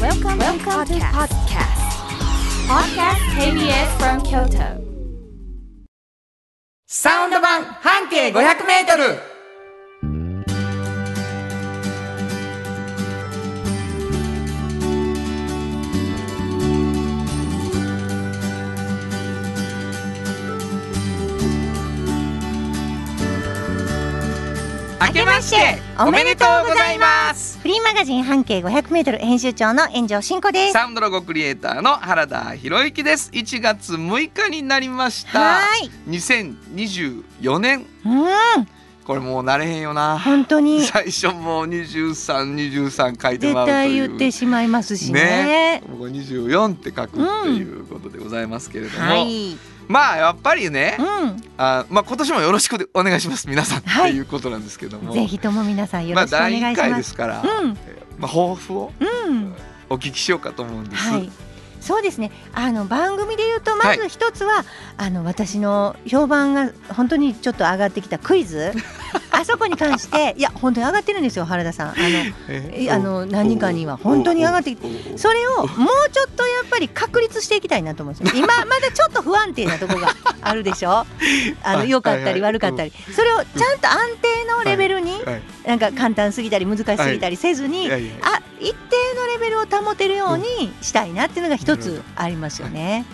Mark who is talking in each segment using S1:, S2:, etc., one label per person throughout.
S1: Welcome, Welcome to podcast. Podcast KBS from Kyoto.
S2: サウンド版半径500メートル明けましておめでとうございます
S3: フリーマガジン半径 500m 編集長の炎上真子です。
S2: サウンドロゴクリエイターの原田博之です1月6日になりました
S3: はーい。
S2: 2024年
S3: うん、
S2: これもうなれへんよな
S3: 本当に
S2: 最初もう2323書いて
S3: 絶
S2: まうと
S3: 対
S2: いう
S3: 言ってしまいますし
S2: ね
S3: ね。
S2: 僕24って書くっていうことでございますけれども、
S3: はい。
S2: まあやっぱりね
S3: う
S2: あまあ今年もよろしくお願いします皆さん、
S3: はい
S2: っていうことなんですけども
S3: ん、ぜひとも皆さんよ
S2: まあ
S3: ろしくお願い
S2: 第
S3: しま
S2: 1
S3: す。
S2: 回ですから、
S3: うん
S2: まあ、抱負を
S3: うん、
S2: お聞きしようかと思うんです、
S3: はい。そうですね。あの番組で言うとまず一つは、あの私の評判が本当にちょっと上がってきたクイ ズ。あそこに関していや本当に上がってるんですよ原田さん。あの
S2: え
S3: いあの何人かには本当に上がってきて
S2: おおおお
S3: それをもうちょっとやっぱり確立していきたいなと思うん ですよ。今まだちょっと不安定なとこがあるでしょ。あ
S2: は
S3: の
S2: い
S3: 良かったり
S2: はいはい
S3: 悪かったり、それをちゃんと安定のレベルに、
S2: はい
S3: なんか簡単すぎたり難しすぎたりせず
S2: い
S3: に、
S2: やいや
S3: あ一定のレベルを保てるようにしたいなっていうのが一つありますよね。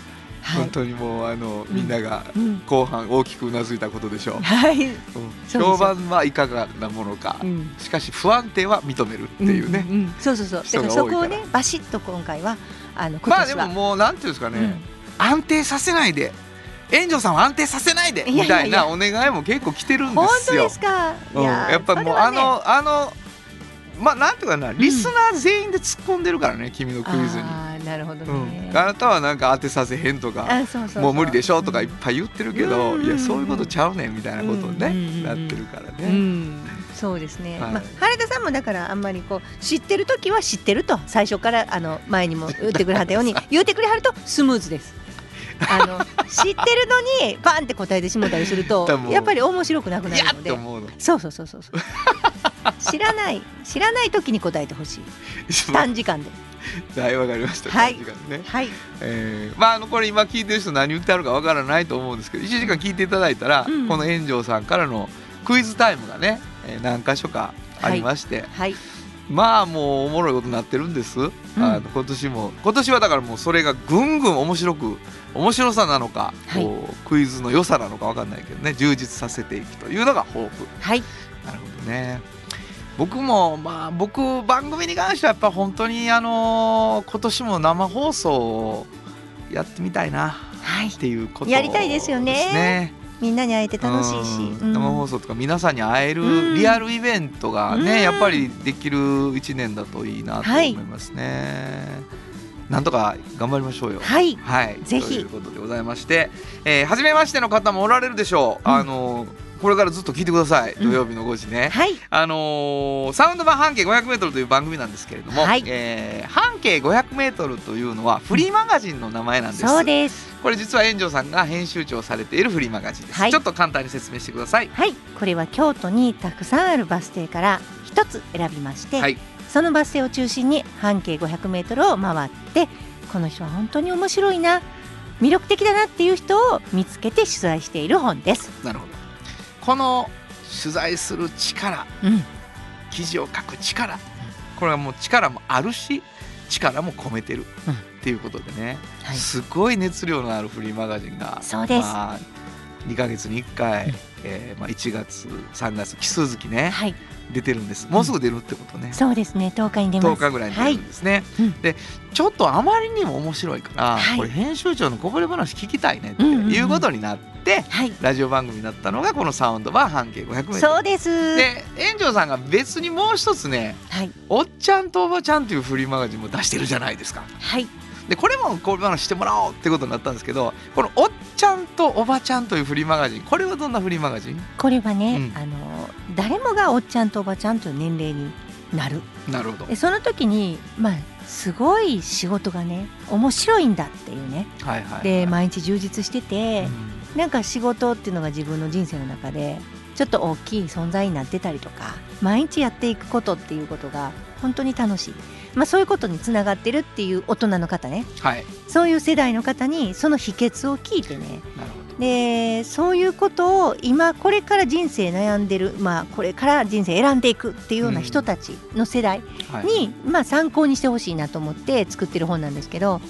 S3: は
S2: 本
S3: い。
S2: 当にもうあのみんなが
S3: うん、
S2: 後半大きくうなずいたことでしょう、
S3: はい。
S2: うん
S3: そう
S2: 評判はいかがなものか、
S3: うん。
S2: しかし不安定は認めるっていうね、
S3: んんんそうそうそう。だからそ
S2: 人が多い
S3: こ
S2: から
S3: をねバシッと今回はあの今
S2: まあで
S3: 年は。
S2: ももうなんていうんですかね、
S3: うん
S2: 安定させないで炎上さんを安定させないで
S3: いやいや
S2: み
S3: いや
S2: たいなお願いも結構来てるんで
S3: 本
S2: す
S3: 当
S2: よ。
S3: ですか。
S2: うん、やっぱりもう、あのあのまあなんていうかなリスナー全員で突っ込んでるからね、君のクイズに。
S3: ああーなるほど
S2: うん
S3: ね、。
S2: あなたはなんか当てさせへんとか
S3: あそうそうそう
S2: もう無理でしょとかいっぱい言ってるけど、
S3: うん
S2: いやそういうことちゃうねんみたいなこ
S3: うんう
S2: とね、
S3: んうん
S2: なってるから
S3: う
S2: ね。
S3: ん、そうですね、
S2: はい
S3: まあ、原田さんもだからあんまりこう知ってる時は知ってると最初からあの前にも言ってくれはった ように言ってくれはるとスムーズです。あの知ってるのにパンって答えてしもたりすると
S2: でも
S3: やっぱり面白くなく
S2: い
S3: な
S2: や
S3: る
S2: っ
S3: の
S2: て
S3: で
S2: 思うの。
S3: そうそうそうそうそう知らない知らない時に答えてほしい短時間で
S2: はいわかりました。
S3: はい
S2: 短時間ね。
S3: はい、
S2: えーまああのこれ今聞いてる人何言ってあるかわからないと思うんですけど1時間聞いていただいたら、
S3: うん
S2: この炎上さんからのクイズタイムがね、えー何箇所かありまして、
S3: はい、
S2: まあもうおもろいことになってるんです、あの今年も今年はだからもうそれがぐんぐん面白く面白さなのか、
S3: はい
S2: こうクイズの良さなのかわかんないけどね充実させていくというのが抱負
S3: はい、
S2: なるほどね。僕もまあ僕番組に関してはやっぱ本当にあのー今年も生放送をやってみたいな
S3: はい
S2: っていうこと
S3: やりたいですよね
S2: ね
S3: みんなに会えて楽しいし、
S2: うん生
S3: 送
S2: 放送とか皆さんに会え
S3: う
S2: る
S3: ん
S2: リアルイベントがね、
S3: うん
S2: やっぱりできる一年だといいなと思
S3: はい
S2: いますね、なんとか頑張りましょうよ
S3: はい
S2: はい、
S3: ぜひ
S2: ということでございまして、えー、初めましての方もおられるでしょう、
S3: うん
S2: あのーこれからずっと聞いてください
S3: うん
S2: 土曜日の5時ね、
S3: はい
S2: あのーサウンド版半径 500m という番組なんですけれども、
S3: はい
S2: えー半径 500m というのはフリーマガジンの名前なんです。
S3: そうです
S2: これ実は炎上さんが編集長をされているフリーマガジンです、
S3: はい
S2: ちょっと簡単に説明してください
S3: はいこれは京都にたくさんあるバス停から一つ選びまして、
S2: はい
S3: そのバス停を中心に半径 500m を回ってこの人は本当に面白いな魅力的だなっていう人を見つけて取材している本です。
S2: なるほどこの取材する力
S3: うん、
S2: 記事を書く力これはもう力もあるし力も込めてる、
S3: うん
S2: っていうことでね、
S3: はい
S2: すごい熱量のあるフリーマガジンが
S3: そうです
S2: まあ、2ヶ月に1回、えーまあ、1月3月奇数月ね
S3: はい、
S2: 出てるんですもうすぐ出るってことね、
S3: そうですね。10日に出ま
S2: 10
S3: す。
S2: 日ぐらいに出
S3: は
S2: る
S3: い
S2: ん、ですね、
S3: うん
S2: でちょっとあまりにも面白いから、
S3: はい
S2: これ編集長のこぼれ話聞きたいねって
S3: うんうんうん
S2: いうことになって、
S3: はい、
S2: ラジオ番組になったのがこのサウンド版半径 500m
S3: そうです。
S2: で炎上さんが別にもう一つね
S3: はい、
S2: 「おっちゃんとおばちゃん」というフリーマガジンも出してるじゃないですか
S3: はい、
S2: でこれもこういう話してもらおうってことになったんですけどこの「おっちゃんとおばちゃん」というフリーマガジンこれはどんなフリーマガジン
S3: これはね、
S2: うん
S3: あの誰もがおっちゃんとおばちゃんという年齢になる。
S2: なるほど
S3: でその時にまあすごい仕事がね面白いんだっていうね
S2: はいはいはい
S3: で毎日充実して
S2: う
S3: て
S2: ん
S3: なんか仕事っていうのが自分の人生の中でちょっと大きい存在になってたりとか毎日やっていくことっていうことが本当に楽しいまあ、そういうことにつながってるっていう大人の方ね
S2: はい
S3: そういう世代の方にその秘訣を聞いてね
S2: なるほど
S3: でそういうことを今これから人生悩んでる、まあ、これから人生選んでいくっていうような人たちの世代
S2: はい
S3: に、まあ、参考にしてほしいなと思って作ってる本なんですけど、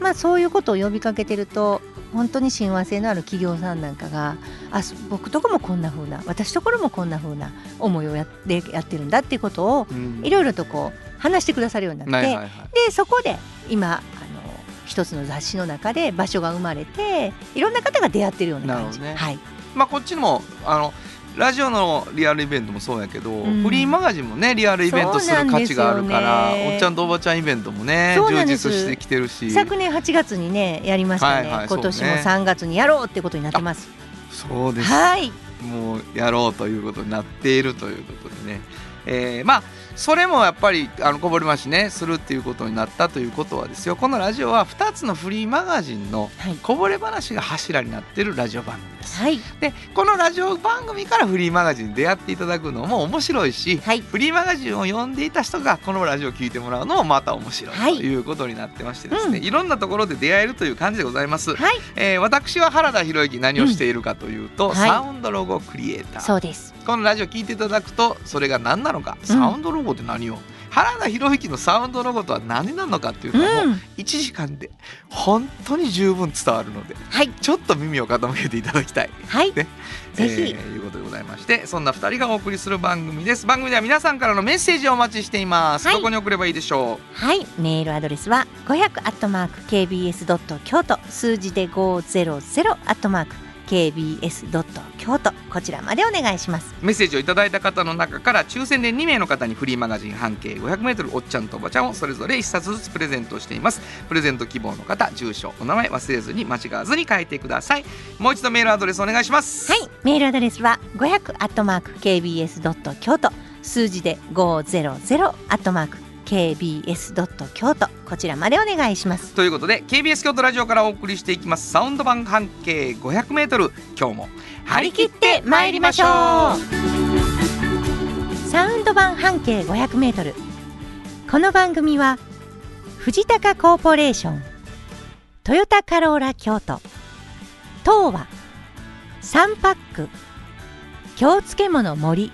S3: まあ、そういうことを呼びかけてると本当に親和性のある企業さんなんかがあそ僕とこもこんな風な私ところもこんな風な思いをやってやってるんだっていうことを
S2: うん
S3: いろいろとこう話してくださるようになって、
S2: はいはいはい
S3: でそこで今あの一つの雑誌の中で場所が生まれていろんな方が出会ってるような感じ。
S2: なるほど
S3: はい
S2: まあこっちもあのラジオのリアルイベントもそうやけど、
S3: ん
S2: フリーマガジンもねリアルイベントする価値があるか
S3: そうなん
S2: ら、
S3: ですよね
S2: おっちゃんとおばちゃんイベントもね
S3: そうな
S2: 充
S3: んです
S2: 実してきてるし
S3: 昨年8月にねやりましたね、
S2: はいはい
S3: 今年も
S2: そうね
S3: 3月にやろうってことになってます。
S2: そうです
S3: はい
S2: もうやろうということになっているということでね、えーまあそれもやっぱりあのこぼれましねするっていうことになったということはですよこのラジオは2つのフリーマガジンの
S3: はい
S2: こぼれ話が柱になってるラジオ番組です。
S3: はい
S2: でこのラジオ番組からフリーマガジンに出会っていただくのも面白いし、
S3: はい
S2: フリーマガジンを読んでいた人がこのラジオを聞いてもらうのもまた面白
S3: はい
S2: いということになってましてですね、
S3: うん
S2: いろんなところで出会えるという感じでございます。
S3: はい
S2: えー私は原田博之何をしているかという
S3: う
S2: と、
S3: んはい
S2: サウンドロゴクリエイター、
S3: そうです。
S2: このラジオ聞いていただくとそれが何なのかサウンドロゴって何を、原田博之のサウンドロゴとは何なのかっていう
S3: う
S2: のも、
S3: ん
S2: 1時間で本当に十分伝わるので
S3: はい
S2: ちょっと耳を傾けていただきたい
S3: はい
S2: ね
S3: ぜひ
S2: えーいうことでございましてそんな2人がお送りする番組です番組では皆さんからのメッセージをお待ちしています、
S3: はい
S2: どこに送ればいいでしょ
S3: はいメールアドレスは500アットマーク kbs ドット京都数字で500アットマーク kbs ドット京都こちらまでお願いします。
S2: うメッセージをいただいた方の中から抽選で2名の方にフリーマガジン半径 500m おっちゃんとおばちゃんをそれぞれ1冊ずつプレゼントしていますプレゼント希望の方住所お名前忘れずに間違わずに書いてくださいもう一度メールアドレスお願いします
S3: はい、メールアドレスは500アットマーク kbs ドット京都数字で500アットマーク kbs ドット京都こちらまでお願いします。
S2: ということで KBS 京都ラジオからお送りしていきますサウンド版半径 500m 今日も張り切ってまいりましょう
S3: サウンド版半径500メートル。この番組は藤高コーポレーション、トヨタカローラ京都、東和、サンパック、京漬物森、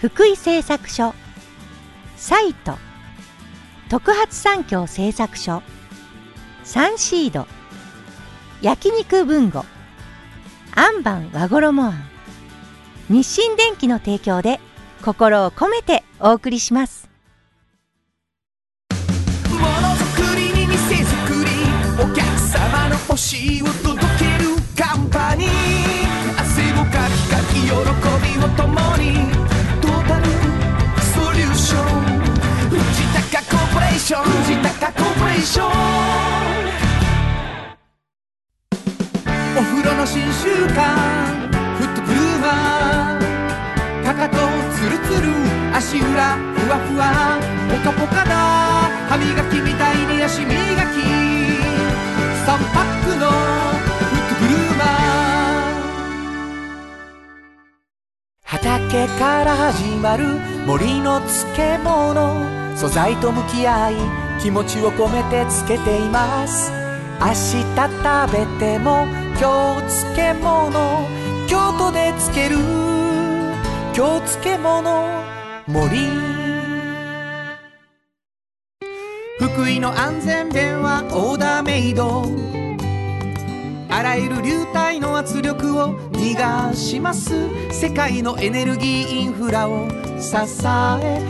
S3: 福井製作所、サイト、特発産業製作所、サンシード、焼肉文吾、アンバン和衣庵、日清電機の提供で心を込めてお送りします
S4: ものづくりに店づくりお客様の欲しいを届けるカンパニー汗をかきかき喜びを共にトータルソリューション藤高コーポレーション藤高コーポレーションお風呂の新習慣フットブルーマーかかとツルツル足裏ふわふわポカポカだ歯磨きみたいに足磨き3パックのフットブルーマー畑から始まる森の漬物素材と向き合い気持ちを込めて漬けています明日食べても今日漬物京都で漬ける京漬物森福井の安全弁はオーダーメイドあらゆる流体の圧力を逃がします世界のエネルギーインフラを支え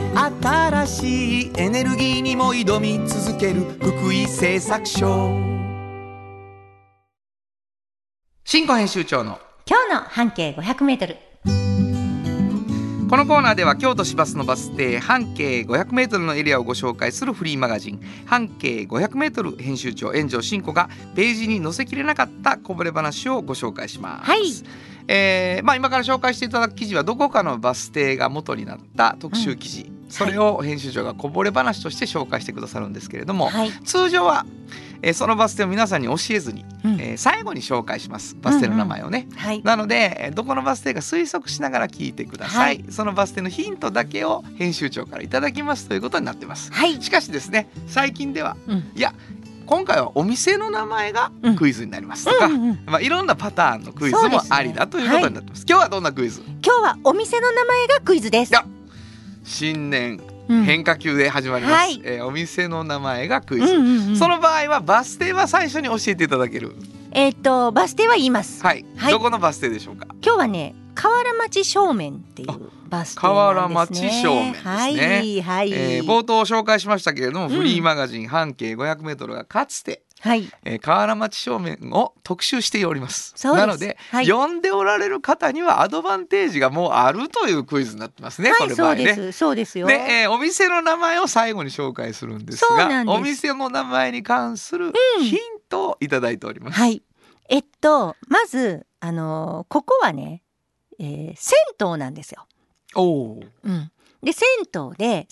S4: 新しいエネルギーにも挑み続ける福井製作所
S2: 新庫編集長の
S3: 今日の半径500メートル
S2: このコーナーでは京都市バスのバス停半径 500m のエリアをご紹介するフリーマガジン「半径 500m」編集長円城信子がページに載せきれなかったこぼれ話をご紹介します。
S3: はい
S2: えーまあ、今から紹介していただく記事はどこかのバス停が元になった特集記事それを編集長がこぼれ話として紹介してくださるんですけれども、
S3: はい。
S2: 通常は、えーそのバス停を皆さんに教えずに、
S3: うん
S2: えー最後に紹介しますバス停の名前をね。
S3: はい。
S2: なのでえーどこのバス停か推測しながら聞いてください、そのバス停のヒントだけを編集長からいただきますということになってます
S3: はい。
S2: しかしですね最近では
S3: うん。
S2: 今回はお店の名前がクイズになりますとか、
S3: うんうんうん
S2: まあ、いろんなパターンのクイズもありだということになってます今日はどんなクイズ
S3: 今日はお店の名前がクイズです
S2: いや。新年
S3: うん
S2: 変化球で始まります、
S3: はい
S2: えーお店の名前がクイ
S3: う
S2: ズ、
S3: んうんうん
S2: その場合はバス停は最初に教えていただける
S3: えーっとバス停は言います。
S2: はい、
S3: はい
S2: どこのバス停でしょうか
S3: 今日はね河原町正面っていうバス停なんですね。
S2: 河原町正面ですね
S3: はいはい。
S2: えー冒頭紹介しましたけれども、
S3: ん
S2: フリーマガジン半径 500m がかつて、
S3: はい。
S2: えー河原町正面を特集しております
S3: そうです
S2: なので、
S3: はい
S2: 呼んでおられる方にはアドバンテージがもうあるというクイズになってますね、
S3: は
S2: こ
S3: い
S2: れ
S3: そ
S2: 場合
S3: うで
S2: ね。
S3: すそうですよ。
S2: で、えーお店の名前を最後に紹介するんです
S3: そう
S2: が
S3: なんです
S2: お店の名前に関する
S3: うん
S2: ヒントをいただいております。
S3: はい。えっとまずあのーここはね、えー銭湯なんですよ。
S2: おー
S3: うん。で銭湯でその名前を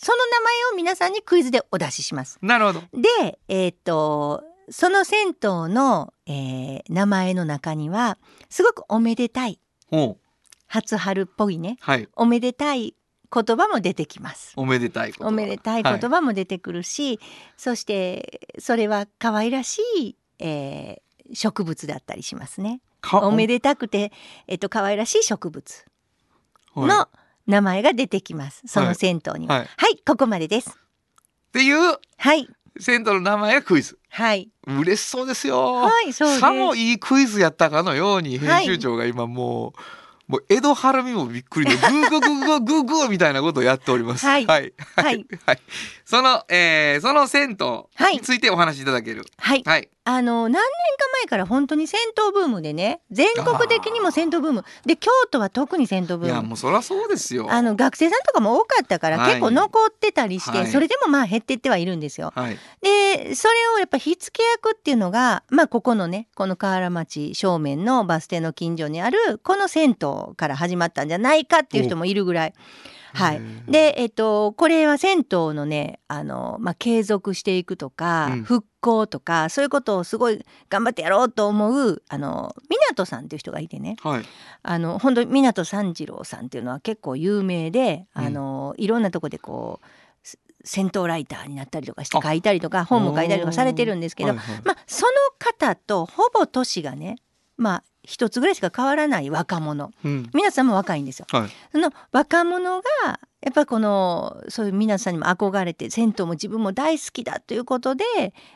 S3: 皆さんにクイズでお出しします。
S2: なるほど。
S3: でえーっとその銭湯の、えー名前の中にはすごくおめでたい
S2: おう
S3: 初春っぽいね
S2: はい。
S3: おめでたい言葉も出てきます。
S2: おめでたいこと。
S3: おめでたい言葉も出てくるし、そしてそれは可愛らしい、えー植物だったりしますね。
S2: か
S3: おめでたくて、えっと、可愛らしい植物
S2: はいっ
S3: の名前が出てきます。その銭湯には。
S2: は
S3: はいい、ここまでです。
S2: ていう
S3: はい、
S2: 銭湯の名前がクイズ。
S3: はい、
S2: 嬉しそうですよ。
S3: はい、そうです。
S2: さもいいクイズやったかのように
S3: は
S2: 編
S3: い
S2: 集長が今もう、もう江戸晴美もびっくりでグーグーグーグ ーグーグーみたいなことをやっております。
S3: はい
S2: はいは
S3: はいい
S2: はいそのえーその銭湯
S3: い
S2: についてお話しいただける。
S3: はい、
S2: はい。
S3: あの何年か前から本当に銭湯ブームでね、全国的にも銭湯ブームで京都は特に銭湯ブ
S2: い
S3: ー
S2: や
S3: ム。
S2: もうそりゃそうですよ。
S3: あの学生さんとかも多かったから
S2: はい
S3: 結構残ってたりして、
S2: はい
S3: それでもまあ減ってってはいるんですよ。
S2: はい。
S3: でそれをやっぱ火付け役っていうのが、まあ、ここのねこの河原町正面のバス停の近所にあるこの銭湯から始まったんじゃないかっていう人もいるぐらい。は
S2: へ
S3: い、
S2: ー。
S3: で、えっと、これは銭湯のねあの、まあ、継続していくとか、
S2: うん
S3: 復興とかそういうことをすごい頑張ってやろうと思うあの湊さんっていう人がいてね。
S2: はい。
S3: あの本当に湊三次郎さんっていうのは結構有名で、
S2: うん
S3: あのいろんなとこでこうせ戦闘ライターになったりとかして書いたりとか本も書いたりとかされてるんですけど、
S2: はいはい
S3: まあ、その方とほぼ年がねまあ一つぐらいしか変わらない若者
S2: うん
S3: 皆さんも若いんですよ。
S2: はい
S3: その若者がやっぱこのそういう皆さんにも憧れて銭湯も自分も大好きだということで、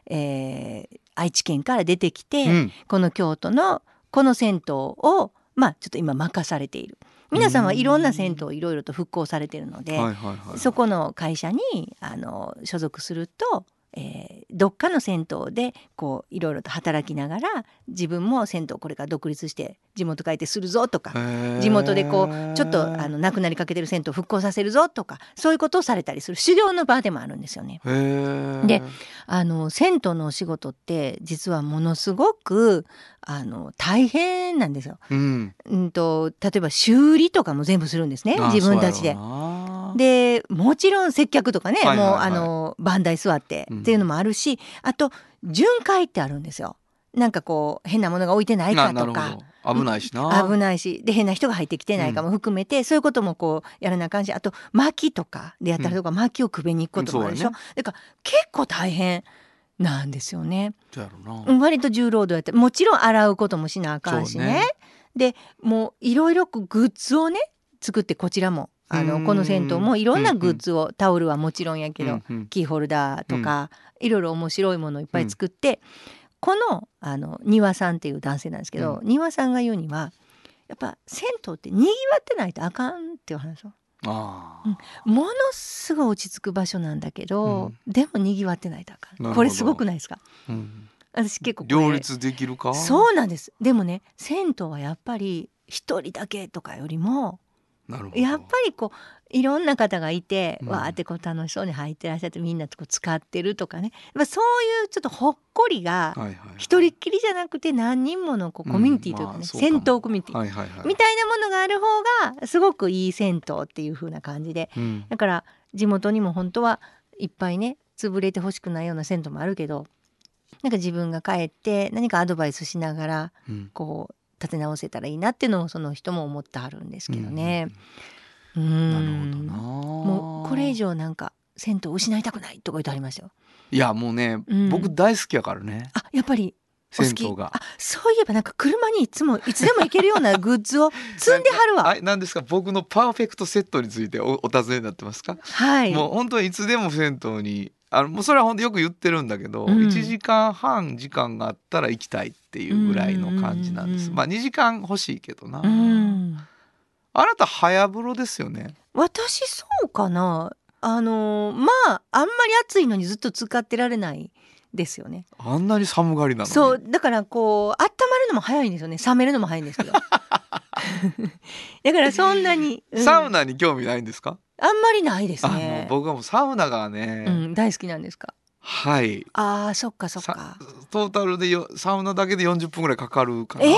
S3: えー愛知県から出てきて。
S2: うん
S3: この京都のこの銭湯をまあちょっと今任されている皆さんはいろんな銭湯をいろいろと復興されているので、
S2: はいはいはい。
S3: そこの会社にあの所属すると、えーどっかの銭湯でこういろいろと働きながら自分も銭湯これから独立して地元帰ってするぞとか。地元でこうちょっとあの亡くなりかけてる銭湯を復興させるぞとかそういうことをされたりする修行の場でもあるんですよね。
S2: の
S3: であの銭湯のお仕事って実はものすごくあの大変なんですよ。
S2: うん、
S3: うんと例えば修理とかも全部するんですね
S2: あー
S3: 自分たちで。
S2: そうやろうな
S3: でもちろん接客とかね、
S2: はいはいはい
S3: もうあの番台座って
S2: うん
S3: っていうのもあるし、あと巡回ってあるんですよ。なんかこう変なものが置いてないか
S2: な
S3: と
S2: なる
S3: か
S2: ほど危ないしな。
S3: 危ないしで変な人が入ってきてないかも含めて、そういうこともこうやらなあかんしあと薪とかでやったりとか、薪をくべに行くこともあるでしょ、
S2: うん
S3: だから結構大変なんですよね。
S2: そうやろうな。
S3: うん割と重労働やってもちろん洗うこともしなあかんしねでもういろいろこうグッズをね作ってこちらもあ
S2: うん
S3: のこの銭湯もいろんなグッズを、タオルはもちろんやけど、
S2: うんうん
S3: キーホルダーとか、いろいろ面白いものいっぱい作って、このあの庭さんっていう男性なんですけど、庭さんが言うにはやっぱ銭湯ってにぎわってないとあかんっていう話を
S2: あ
S3: うんものすごい落ち着く場所なんだけど、でもにぎわってないとあか
S2: なるほ
S3: ん
S2: ど
S3: これすごくないですか
S2: ーうん
S3: 私結構これ
S2: 両立できるか。
S3: そうなんですでもね銭湯はやっぱり一人だけとかよりも
S2: なるほど
S3: やっぱりこういろんな方がいて、
S2: うん
S3: わーってこう楽しそうに履いてらっしゃってみんなこう使ってるとかねやっぱそういうちょっとほっこりが
S2: はいはい
S3: 一人っきりじゃなくて何人ものこう
S2: うん
S3: コミュニティというかね、
S2: まあそうかも
S3: 戦闘コミュニティ、
S2: はいはいはい
S3: みたいなものがある方がすごくいい戦闘っていう風な感じで
S2: うん
S3: だから地元にも本当はいっぱいね潰れてほしくないような銭湯もあるけどなんか自分が帰って何かアドバイスしながら
S2: うん
S3: こう立て直せたらいいなっていうのをその人も思ってはるんですけどね。うん
S2: うんうんなるほどな
S3: もうこれ以
S2: 上
S3: 上なんか銭湯を失いたくないとか言ってありましたよ。
S2: いやもうね
S3: うん
S2: 僕大好きやからね
S3: あやっぱりお好
S2: 銭
S3: き
S2: 湯が
S3: あそういえばなんか車にいつもいつでも行けるようなグッズを積んではるわ。
S2: あなんですか僕のパーフェクトセットについておお尋ねになってますか
S3: はい。
S2: もう本当にいつでも銭湯にあのもうそれは本当よく言ってるんだけど、
S3: うん
S2: 1時間半時間があったら行きたいっていうぐらいの感じなんです、
S3: うん
S2: まあ2時間欲しいけどな、
S3: うん
S2: あなた早風呂ですよね
S3: 私そうかなあのーまああんまり暑いのにずっと使ってられないですよね
S2: あんなに寒がりなのに
S3: そうだからこう温まるのも早いんですよね冷めるのも早いんですけ どだからそんなに、うん
S2: サウナに興味ないんですか、
S3: あんまりないです
S2: あもう
S3: ね
S2: 僕はもうサウナがね、
S3: うん、大好きなんですか
S2: はい
S3: あーそっかそっ
S2: さ
S3: か
S2: トータルでよサウナだけで40分ぐらいかかるかな、
S3: えー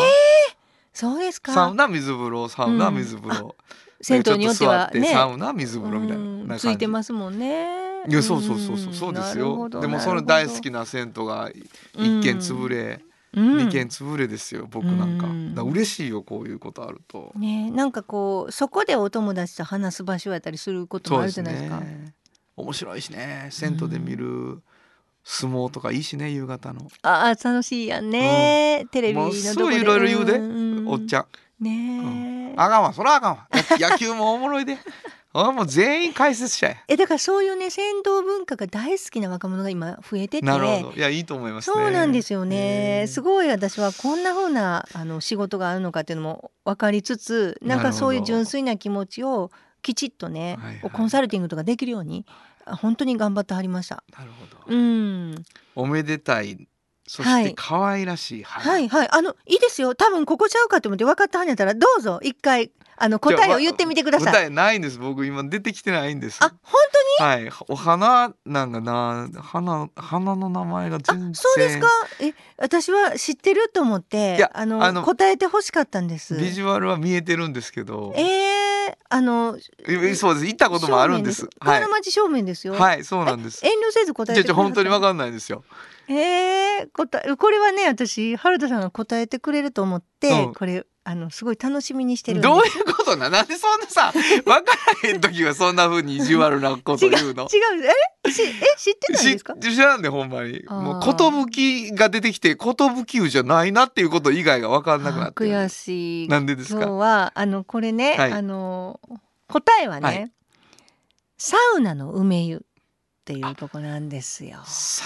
S3: そうです
S2: サウ
S3: か
S2: ナ水風呂サウナ
S3: うん
S2: 水風呂、
S3: 銭湯によっては
S2: ちょと座
S3: ね
S2: サウナ水風呂みたいな,、
S3: うんついて
S2: す
S3: ますもんね
S2: いやそうそうそうそうそうですよ。でもその大好きな銭湯が一軒潰れ、
S3: 二、
S2: 二
S3: うん
S2: 軒潰れですよ。僕なんか。
S3: うん
S2: だから嬉しいよこういうことあると。
S3: ねえなんかこうそこでお友達と話す場所やったりすることもあるじゃないですか。
S2: ね。面白いしね。銭湯で見る相撲とかいいしね夕方の。
S3: ああ楽しいやんね、テレビのどこで
S2: もうすぐいろいろ言うでおっち
S3: ゃ
S2: ゃん。
S3: んねえ、
S2: あかんわそらあかんわ。や野球もおもろい で。あもう全員解説者や。
S3: えだからそういうね銭湯文化が大好きな若者が今増えてて
S2: なるほど。いやいいと思いますね。
S3: そうなんですよね、
S2: えー
S3: すごい私はこんな風なあの仕事があるのかっていうのも分かりつつなん
S2: なる
S3: か
S2: ほど
S3: そういう純粋な気持ちをきちっとね、
S2: はいはい
S3: こうコンサルティングとかできるようにあ本当に頑張ってはりました。
S2: なるほど。
S3: うん
S2: おめでたい。そ
S3: は
S2: して
S3: い
S2: 可愛らしい。
S3: は
S2: はい
S3: はいあのいいですよ多分ここちゃうかと思って分かったはんやったらどうぞ一回あの答えを言ってみてください。
S2: 答えないんです僕今出てきてないんです
S3: あ本
S2: はいお花なんかな花花の名前が
S3: 当
S2: 全
S3: に
S2: 然
S3: あそうですかえ私は知ってると思っ
S2: い
S3: て
S2: や
S3: あの
S2: あの
S3: 答えて欲しかったんです。
S2: ビジュアルは見えてるんですけど
S3: えー、あの
S2: えそうです行ったこともあるんです
S3: 正面
S2: はい
S3: 川の町正面ですよ。
S2: はいそうなんです
S3: 遠慮せず答え
S2: じゃ
S3: て
S2: じゃ本当にわ
S3: か
S2: かんないですよ
S3: えー、答えこれはね私原田さんが答えてくれると思って、
S2: うん
S3: これあのすごい楽しみにしてるんです
S2: どういうことななんでそんなさわからへん時はそんな風に意地悪なこと
S3: 違う違
S2: 言うの
S3: うえしえ知ってたんですか
S2: し知らんねほんまに
S3: あー
S2: もう寿が出てきて寿湯じゃないなっていうこと以外がわかんなくな
S3: あ
S2: ってる
S3: 悔しい
S2: なんでです
S3: 今日
S2: か
S3: はあのこれね、
S2: はい
S3: あの答えはね、
S2: はい
S3: サウナの梅湯っていうとこなんですよ。
S2: サ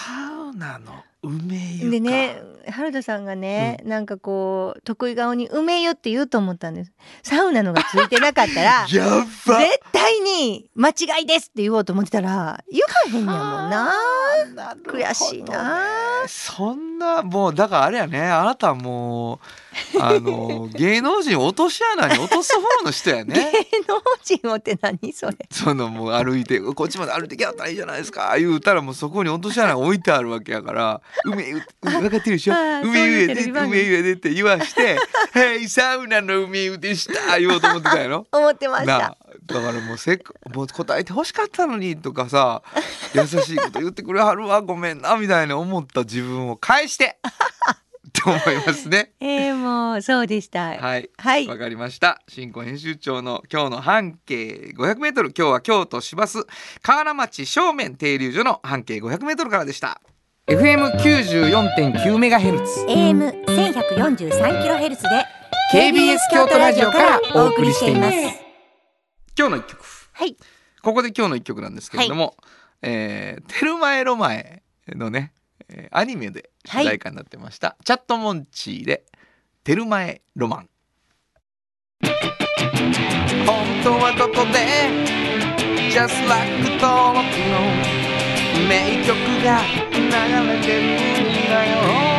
S2: ウナの梅湯か
S3: でね原田さんがね、なんかこう得意顔に「梅湯」って言うと思ったんですサウナのがついてなかったら絶
S2: やっば
S3: 対に「間違いです」って言おうと思ってたら言わへんやもんな
S2: なるほどね
S3: 悔しいな
S2: そんなもうだからあれやねあなたもうあの芸能人を落とし穴に落とす方の人 や
S3: 芸
S2: ね
S3: 能人をって何それ
S2: そのもう歩いてこっちまで歩いてきゃったらいいじゃないですか言うたらもうそこに落とし穴が置いてあるわけやから「梅湯うん分かってるでし ょ
S3: あー
S2: 梅湯や
S3: そういうテレ
S2: で
S3: ビ番
S2: 梅
S3: 組
S2: 湯やで」って言わして 「はいサウナの梅湯でした」言おうと思ってた やろ
S3: 思ってまし
S2: な
S3: た
S2: あだからもうせっかもう答えて欲しかったのにとかさ優しいこと言ってくれはるわごめんなみたいに思った自分を返して って思いますね
S3: えー、もうそうでしたはい、
S2: はいわかりました新婚編集長の今日の半径 500m 今日は京都市バス河原町正面停留所の半径 500m からでした FM94.9 メガヘルツ
S1: AM 1143キロヘルツで。
S2: KBS 京都ラジオからお送りしています今日の一曲
S3: はい
S2: ここで今日の一曲なんですけれども、えーテルマエロマエのね、えーアニメで主題歌になってました、チャットモンチーでテルマエロマン本当はどこで Just like 登録の名曲が流れてるんだよ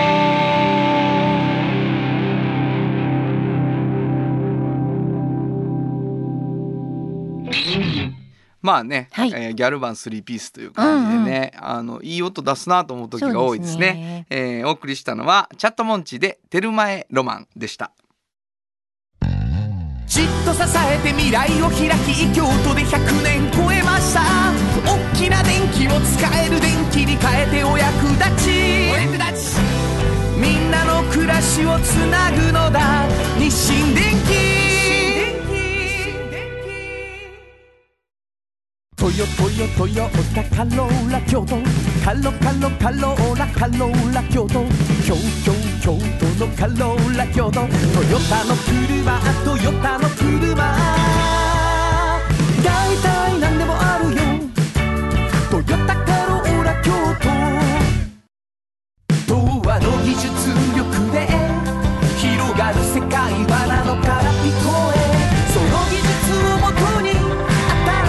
S2: まあね、
S3: はい
S2: えーギャル版3ピースという感じでね、あのいい音出すなと思う時が多いですねえーお送りしたのはチャットモンチで「テルマエロマン」でした
S4: じっと支えて未来を開き京都で100年超えました大きな電気を使える電気に変えてお役立ちお役立ちみんなの暮らしをつなぐのだ日清電気トヨトヨトヨタカローラ京都カロカロカローラカローラ京都京京京都のカローラ京都トヨタの車トヨタの車だいたいなんでもあるよトヨタカローラ京都童話の技術力で広がる世界はなのから聞こえその技術をもとに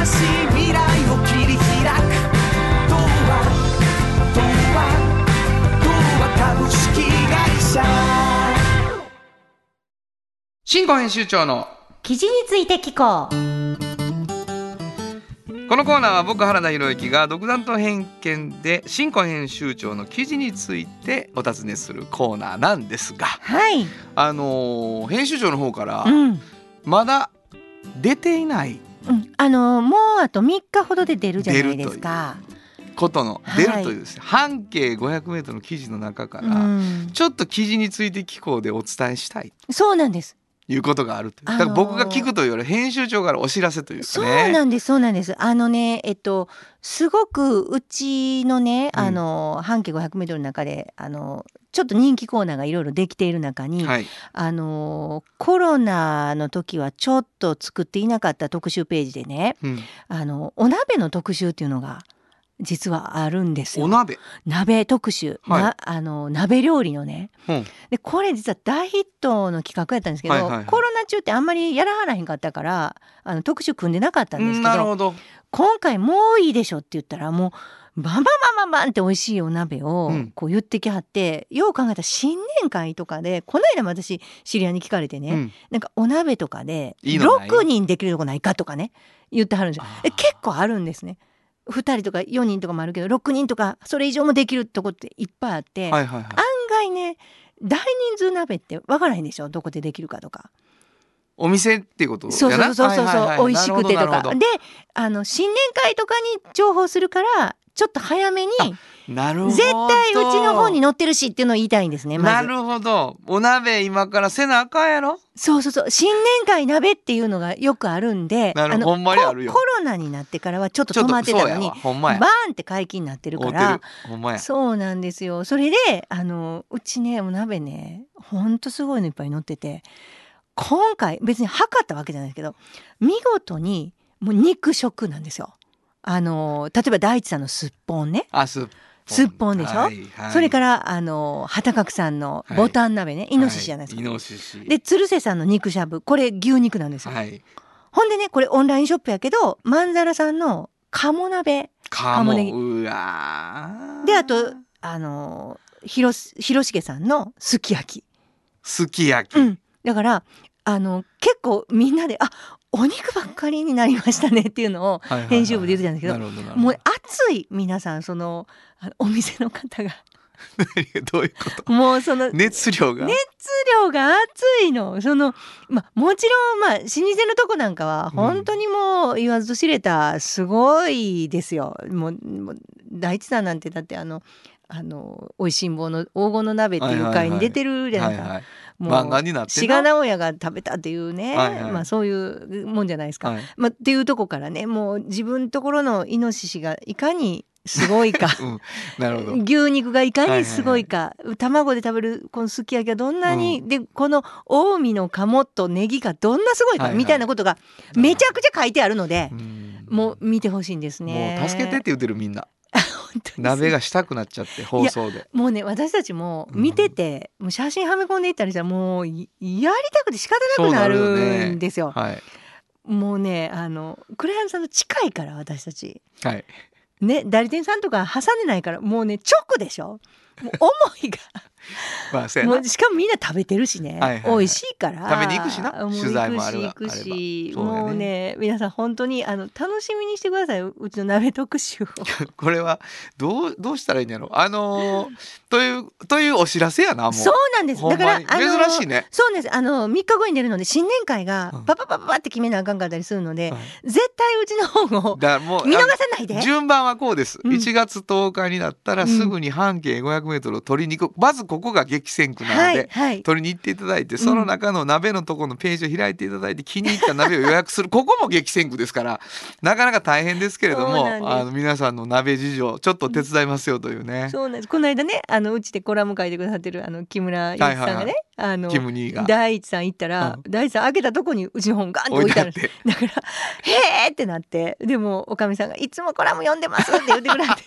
S4: 新しい未来を切り開く童話童話童話株式会社
S2: 新語編集長の
S3: 記事について聞こう。
S2: このコーナーは僕原田博之が独断と偏見で新語編集長の記事についてお尋ねするコーナーなんですが
S3: はい。
S2: あのー編集長の方から
S3: うん。
S2: まだ出ていない
S3: うん、あのもうあと三日ほどで出るじゃないですか。
S2: ことの
S3: はい
S2: 出るというですね、半径 500m の記事の中か
S3: う
S2: ら、
S3: ん、
S2: ちょっと記事について機構でお伝えしたい
S3: そうなんです。
S2: ということがあるという、
S3: あのー
S2: だから僕が聞くというより編集長からお知らせというか
S3: そう
S2: ね
S3: なんです、そうなんです。あのね、えっと、すごくうちのね、
S2: うん
S3: あの半径500メートルの中で、あの。ちょっと人気コーナーがいろいろできている中に、
S2: はい、
S3: あのコロナの時はちょっと作っていなかった特集ページでね
S2: うん、
S3: あのお鍋の特集っていうのが実はあるんです
S2: お
S3: よ。
S2: 鍋、
S3: 鍋特集、
S2: はい
S3: なあの鍋料理のね
S2: うん
S3: でこれ実は大ヒットの企画やったんですけど、
S2: はいはいはい
S3: コロナ中ってあんまりやらはらへんかったからあの特集組んでなかったんで
S2: う
S3: す
S2: ん
S3: け
S2: なる
S3: ど
S2: ほど、
S3: 今回もういいでしょって言ったらもうバンバンバンバンバンって美味しいお鍋を
S2: うん
S3: こう言ってきはって、よう考えたら新年会とかでこの間も私知り合いに聞かれてね、
S2: うん、
S3: なんかお鍋とかで
S2: いいのない
S3: 6人できるとこないかとかね言ってはるんですよ
S2: あー
S3: え結構あるんですね2人とか4人とかもあるけど6人とかそれ以上もできるとこっていっぱいあって、
S2: はいはいはい
S3: 案外ね大人数鍋ってわからないんでしょどこでできるかとか
S2: お店っていうことやな
S3: そうそうそうそうそう、
S2: はいはいはい
S3: 美味しくて
S2: な
S3: と
S2: るほどなる
S3: か
S2: ほど
S3: であの新年会とかに重宝するからちょっと早めに
S2: なるほど
S3: 絶対うちの方に載ってるしっていうのを言いたいんですねま
S2: な
S3: ず
S2: るほどお鍋今からせなあかんやろ
S3: そうそうそう新年会鍋っていうのがよくあるんで
S2: なるほ
S3: の
S2: どほんまにあるよ
S3: ココロナになってからはちょっと
S2: ちょ
S3: 止
S2: っと
S3: まってた
S2: そう
S3: の
S2: や
S3: に
S2: わほん
S3: バ
S2: ま
S3: ー
S2: や
S3: ンって解禁になってる
S2: 合
S3: か
S2: うて
S3: ら
S2: るほんまや
S3: そうなんですよそれであのうちねお鍋ねほんとすごいのいっぱい乗ってて今回別に測ったわけじゃないけど見事にもう肉食なんですよ。あの例えば大地さんのすっぽんね
S2: あすっ
S3: すっぽんでしょ
S2: はいはい
S3: それからあの畑角さんのボタン鍋ね、イノシシじゃないですか。
S2: はイノシシ
S3: で鶴瀬さんの肉しゃぶこれ牛肉なんですよ。
S2: はい
S3: ほんでねこれオンラインショップやけどまんざらさんの鴨鍋
S2: カモ
S3: 鴨ネギ
S2: うわー
S3: であとあの広広重さんのすき焼き。
S2: すき焼き、
S3: うん、だからあの結構みんなで「あお肉ばっかりになりましたね」っていうのを
S2: はいはいはい
S3: 編集部で言ってたんですけど
S2: なるほどなるほど
S3: もう熱い皆さんそのあのお店の方が
S2: どういうこと
S3: もうその熱
S2: 熱量が、
S3: ね量が熱いのその、ま、もちろん、まあ、老舗のとこなんかは本当にもう言わずと知れたすごいですよ。もうもう大地さんなんてだってあのあの美味しん坊の黄金の鍋っていう会に出てるじゃな
S2: はいい
S3: ですか。
S2: はい
S3: もう
S2: 漫画になって
S3: 志賀
S2: な
S3: 直哉が食べたっていうね、
S2: はいはい
S3: まあ、そういうもんじゃないですか。
S2: はい
S3: まあ、っていうとこからねもう自分のところのイノシシがいかにすごいか
S2: うん、 なるほど
S3: 牛肉がいかにすごいか、卵で食べるこのすき焼きがどんなに、でこの近江の鴨とネギがどんなすごいか、
S2: はいはい
S3: みたいなことがめちゃくちゃ書いてあるので
S2: う、ん
S3: もう見てほしいんですね。
S2: もう 助けてって言ってるみんな
S3: 本当に
S2: 鍋がしたくなっちゃって放送 で
S3: もうね私たちも見てて、もう写真はめ込んでいったりしたらもういやりたくて仕方なくな
S2: そうなるよ
S3: る
S2: ね
S3: んですよ。
S2: はい
S3: もうねあの黒柳さんと近いから私たち
S2: はい
S3: ね代理店さんとか挟んでないからもうね直でしょもう思い が
S2: まあそうや
S3: も
S2: な
S3: うしかもみんな食べてるしね、
S2: はいはいはい
S3: 美味しいから
S2: 食べに行くしな
S3: もう
S2: 取材もあるわ
S3: 行くし
S2: あればそうだよね
S3: もうね皆さん本当にあの楽しみにしてくださいうちの鍋特集を
S2: これはどうどうしたらいいんだろうあのーというというお知らせやなもう
S3: そうなんです
S2: ほ
S3: だ
S2: ん
S3: か
S2: ま
S3: ら
S2: に
S3: あの
S2: 珍しいね、
S3: そうなんですあの3日後に出るので新年会
S2: う
S3: が
S2: ん
S3: パパパパパって決めなあかんかったりするので、
S2: はい
S3: 絶対うちの 本を
S2: だからもう
S3: 見逃
S2: あ
S3: さな
S2: の
S3: いで
S2: 順番はこうです、
S3: うん
S2: 1月10日になったら
S3: うん
S2: すぐに半径 500m を取りに行く、まずここが激戦区なの
S3: は
S2: で、
S3: いはい
S2: 取りに行っていただいてその中の鍋のところのページを開いていただいて気に入った鍋を予約 するここも激戦区ですからなかなか大変ですけれど
S3: そう
S2: も
S3: なんです
S2: あの皆さんの鍋事情ちょっと手伝いますよというね
S3: そうなんですこの間ねあのうちでコラム書いてくださってるあの木村祐一さんがね、あの
S2: キム兄が
S3: 第一さん行ったら、第一さん開けたとこにうちの本ガンって置いてある
S2: 置いて
S3: だから 「へーってなってでもおかみさんが「いつもコラム読んでます」って言ってくれて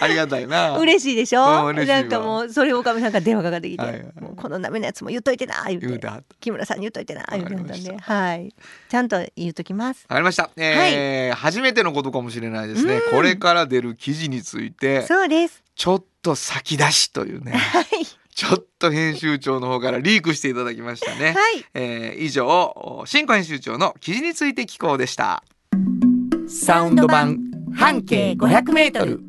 S2: ありがたいな。
S3: 嬉しいでし
S2: うん
S3: ょ
S2: 嬉しいわ
S3: なんかもうそれをおかみさんから電話かかってきて「
S2: はいはい
S3: もうこのダメなやつも言っといてな」言うて
S2: 言うてはった
S3: 木村さんに言っといてな」言うてはったん
S2: わかり
S3: で
S2: ま
S3: はいちゃんと言っときます。
S2: わかりました、えー初めてのことかもしれないですね
S3: うん
S2: これから出る記事について
S3: そうです
S2: ちょっと先出しという ね
S3: はい
S2: ちょっと編集長の方からリークしていただきましたね、
S3: はい
S2: えー以上新庫編集長の記事について寄稿でした
S4: サウンド版半径500メートル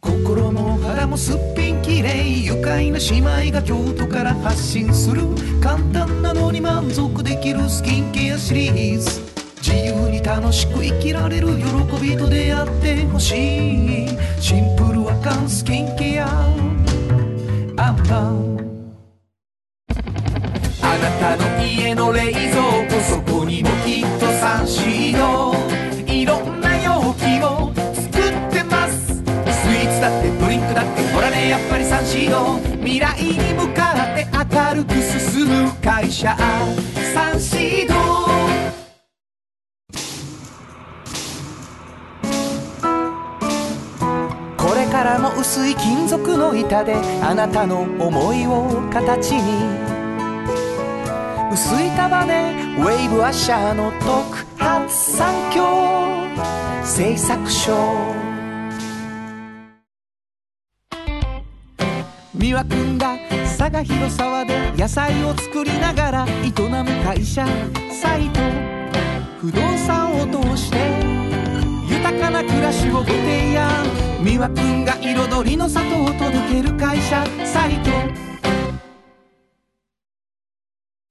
S4: 心も肌もすっぴんきれい愉快な姉妹が京都から発信する簡単なのに満足できるスキンケアシリーズ自由に楽しく生きられる喜びと出会ってほしいシンプルアカンスキンケアアンパンあなたの家の冷蔵庫そこにもきっとサンシードいろんな容器を作ってますスイーツだってドリンクだってほらねやっぱりサンシード未来に向かって明るく進む会社サンシードこれからも薄い金属の板であなたの思いを形に薄い束ねウェイブアッシャーの特発産業製作所三輪くんが佐賀広沢で野菜を作りながら営む会社サイト不動産を通して豊かな暮らしをご提案三輪くんが彩りの里を届ける会社サイト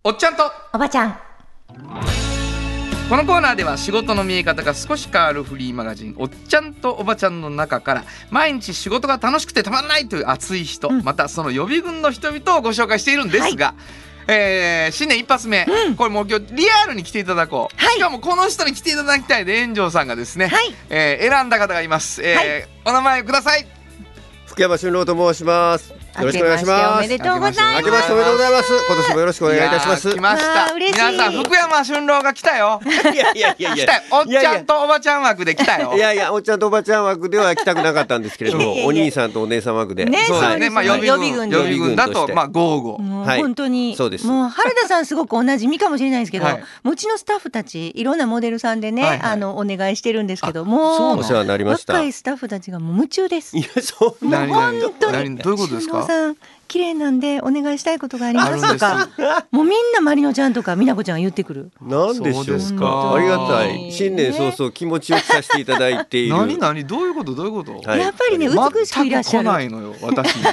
S2: おっちゃんと
S3: おばちゃん
S2: このコーナーでは仕事の見え方が少し変わるフリーマガジン「おっちゃんとおばちゃん」の中から毎日仕事が楽しくてたまらないという熱い人、またその予備軍の人々をご紹介しているんですが、えー新年一発目、これもう今日リアルに来ていただこう、しかもこの人に来ていただきたいで炎上さんがですね、
S3: はい
S2: えー選んだ方がいます、えーお名前ください
S5: 福山俊郎と申します。よろしくお願いし
S3: 明けましてお
S5: ま
S3: め
S5: す
S3: で。とうござい
S5: 明
S3: ま
S5: け
S3: す
S5: ましておめでとうございます。今年もよろしくお願いいたします。
S2: やー来まし
S3: わ
S2: た
S3: ー嬉しい
S2: 皆さん福山俊郎が来たよ
S5: いやいやいやい
S2: 来たよおっちゃん
S5: と。
S2: とおばちゃん枠で来たよ
S5: いやいや、おっちゃんとおばちゃん枠では来たくなかったんですけれど
S3: いやいやい
S5: も、
S3: や
S5: お兄さんとお姉さん枠で。
S3: ね
S2: そうだね、ま
S3: そ
S2: あ
S3: う
S2: 予
S3: です
S2: 備
S3: ね
S2: 軍予
S5: 予
S2: 備
S5: 備
S2: 軍
S5: 軍
S2: だ
S5: とし
S2: と
S5: て
S2: まあ豪語。
S3: もう
S5: はい
S3: 本当に、
S5: そうです
S3: もう原田さんすごくおなじみかもしれないですけど、
S2: はい
S3: もううちのスタッフたちいろんなモデルさんでね、
S2: はいはい
S3: あのお願いしてるんですけども
S2: そうな
S5: お世話になりました。
S3: 若い
S5: い
S3: スタッフたちがもう夢中です。
S5: や、そん
S2: 何
S5: な。
S3: もう本当に
S2: 何どういうことで
S3: 俊
S2: す
S3: 郎
S2: か？
S3: さん綺麗なんでお願いしたいことがありま
S2: あるん
S3: す
S2: で
S3: と
S2: す
S3: かもうみんなまりのちゃんとか美奈子ちゃんが言ってくる
S5: なんでしょ
S2: そうです
S5: う
S2: か
S5: ありがたい。新年早々気持ちよくさせていただいている。
S2: 何何どういうことどういうこと？
S5: はい
S3: やっぱりね美しくいらっしゃ
S2: 全く来な
S3: る
S2: いのよ 私に。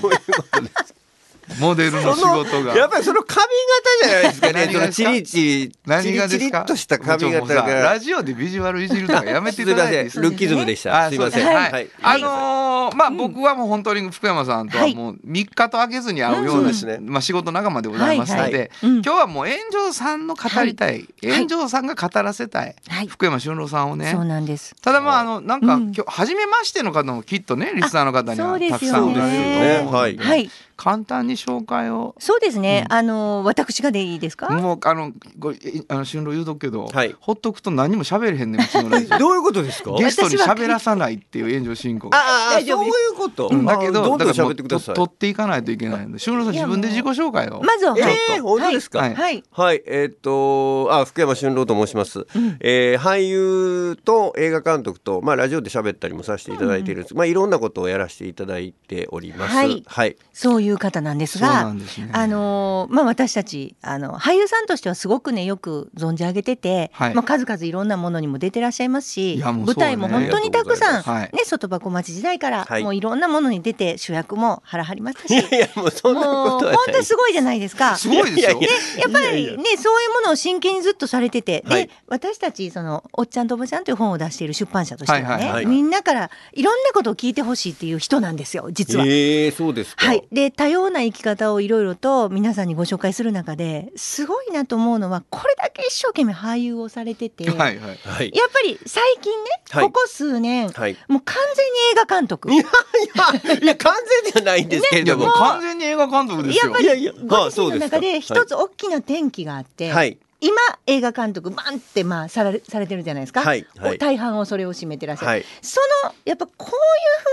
S2: モデルの仕事が。
S5: やっぱりその髪型じゃないですかね。
S2: 何
S5: そ
S2: が
S5: の
S2: です
S5: チ
S2: か
S5: リチリ、チ
S2: 何が
S5: リ
S2: で
S5: チ
S2: す
S5: リ
S2: か？
S5: っとした髪
S2: もう
S5: 型
S2: さ
S5: が
S2: ラ。ジオでビジュアルいじるとかやめてい
S5: す
S2: た
S5: み
S2: だ
S5: ま
S2: いてい
S5: せ
S2: い
S5: ん、
S2: ですか
S5: ルッキズムでした。
S2: あ
S5: すみません。
S2: そうです
S5: はい
S2: あのーまあ僕はもう本当に福山さんとはもう3日と空けずに会うよう
S5: うんそう
S2: な
S5: ですね
S2: まあ仕事仲間でございますの
S5: はいは
S2: で
S3: うん
S2: 今日はもう炎上さんの語りたい
S3: い
S2: 炎上さんが語らせたい
S3: はい
S2: 福山俊郎さんをね
S3: そうなんです
S2: ただまああのなんか
S3: うん
S2: 今日初めましての方もきっとねリスナーの方に
S3: そ
S2: は
S3: うです
S2: た
S3: よ
S2: くさんおられると思うので
S5: ねはい
S3: はい
S2: 簡単に紹介を
S3: そうですね、あの私がでいいですか
S2: もうあのごえあの進路言うとくけど、
S5: はい
S2: ほっとくと何も喋れへんねんうちのラジ オ
S5: どういうことですか
S2: ゲストに喋らさないっていう炎上進行が
S5: ああ
S3: 大丈夫
S5: そういうこと、
S2: うんだけど
S5: どんどん
S2: だからも
S5: 喋
S2: う
S5: ってください
S2: と取っていかないといけないので進路さん
S3: いや
S2: 自分で自己紹介を
S3: まずは、
S5: え
S3: はい
S5: え本当ですか、
S2: は
S5: はいい
S3: はい
S5: えーっとあ福山俊郎と申します、えー俳優と映画監督と、まあ、ラジオで喋ったりもさせていただいているんです、まあ、いろんなことをやらせていただいております。
S3: はい
S5: はい、
S3: そういう方なんです
S2: そうな
S3: が
S2: んですね
S3: あのまあ、私たちあの俳優さんとしてはすごくねよく存じ上げてて、
S2: はい
S3: まあ、数々いろんなものにも出てらっしゃいます
S2: い
S3: し、
S2: やもうそう
S3: 舞台
S2: だね
S3: も本当にたくさん、
S2: はい
S3: ね、外箱町時代から、
S5: はい
S3: もういろんなものに出て主役も腹張りました
S5: い
S3: し
S5: やいやもうそんな
S3: も
S5: こ
S3: う
S5: と
S3: 本
S5: はない。
S3: 当にすごいじゃないですか。
S2: すごいですよ
S5: いやいや
S3: やっぱりね
S5: いやい
S3: そういうものを真剣にずっとされてて、
S5: はい
S3: で私たちその「おっちゃんとおばちゃん」という本を出している出版社としてはね、
S2: はいはい
S5: はい
S3: みんなからいろんなことを聞いてほしいっていう人なんですよ実は。
S5: ええそうですか。
S3: はい、で多様な生き方をいろいろと皆さんにご紹介する中ですごいなと思うのはこれだけ一生懸命俳優をされてて、
S2: はいはい
S5: はい。
S3: やっぱり最近ね、
S5: はい
S3: ここ数年、
S5: はい。
S3: もう完全に映画監督。
S5: いやいやいや完全じゃないんですけれ
S2: いや
S5: ど
S2: も
S5: も。
S2: う完全に映画監督です
S3: やっ
S2: よ
S3: ぱ
S5: いやい
S3: り
S5: や
S3: ご
S5: あ
S3: 自
S5: そ
S3: 身の
S5: うですか
S3: 中で
S5: は
S3: 一
S5: い
S3: つ大きな転機があって、
S5: はい
S3: 今映画監督バンってまあさられされてるじゃないですか、
S5: はいはい
S3: お大半をそれを占めてらっしゃる、
S5: はい
S3: そのやっぱこういう